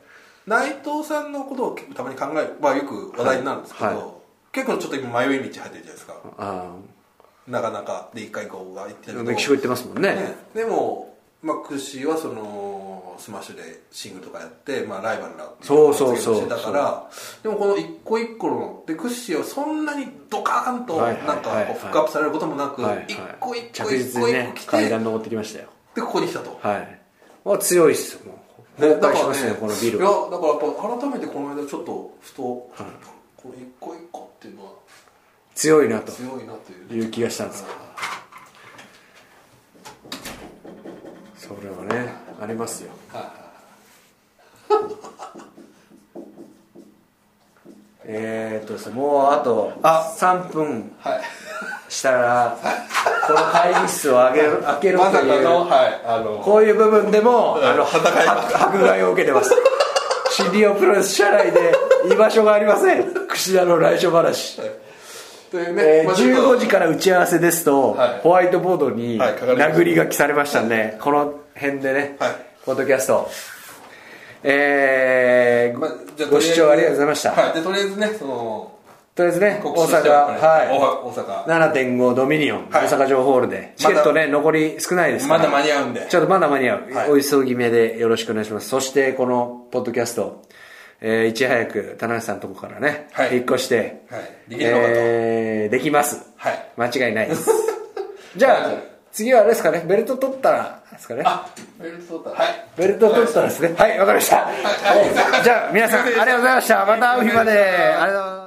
内藤さんのことを結構たまに考えまあよく話題になるんですけど、
はいはい
結構ちょっと今迷い道入ってるじゃないですか
あ
なかなかで一回こうが言ってた
あ
けど
メキシコ行ってますもんね
ねでも、まあ、クッシーはそのスマッシュでシングルとかやって、まあ、ライバルだってい
そうそう
発
そう
言をしてたからでもこの一個一個のでクッシーはそんなにドカーンとな
は
いん
はい
かこ
はいはいう
フックアップされることもなく
はいはい
一個一個
着
一
実
個
に
一
ね
個来
階
て
段登ってきましたよ
でここに来たと。
はいまあ強いっすよもう崩壊しますね
だか
こ
ら
のビル
いやだからやっぱ改めてこの間ちょっとふと、この一個一個っていうのは
強いなと
強いなという
いう気がしたんですそれはねありますよ えーっとですねもうあとあ3分
はい
したらこの会議室を開 ける開ける
まさ
と
か
いう
のはいあの
こういう部分でもあの迫迫害を受けてます CDO プロレス社内で居場所がありません櫛田の来所話
というね、
えー
まあちょっと
15時から打ち合わせですと、
はい
ホワイトボードに
はい書かれてます
殴り書きされましたんで、この辺でね、
はい
ポッドキャスト、えー
まあじゃ
ご視聴ありがとうございました、
はい、でとりあえずねその
とりあえずね大
告知
阪
してから
は
大阪
い7.5ドミニオン、
はい
大阪城ホールでチケットね、残り少ないですか
ま
ら
だ間に合うんで
ちょっとまだ間に合う、
はい
お急ぎ目でよろしくお願いしますそしてこのポッドキャスト、えーいち早く田中さんのとこからね、
はい
引っ越して、
はいできるのかと
えーできます
はい
間違いない ですじゃあ次はあれですかねベルト取ったらですかね
あベルト取ったはい
ベルト取ったらですねはいわかりました、はいじゃあ皆さんありがとうございましたまた会う日までありがとうございます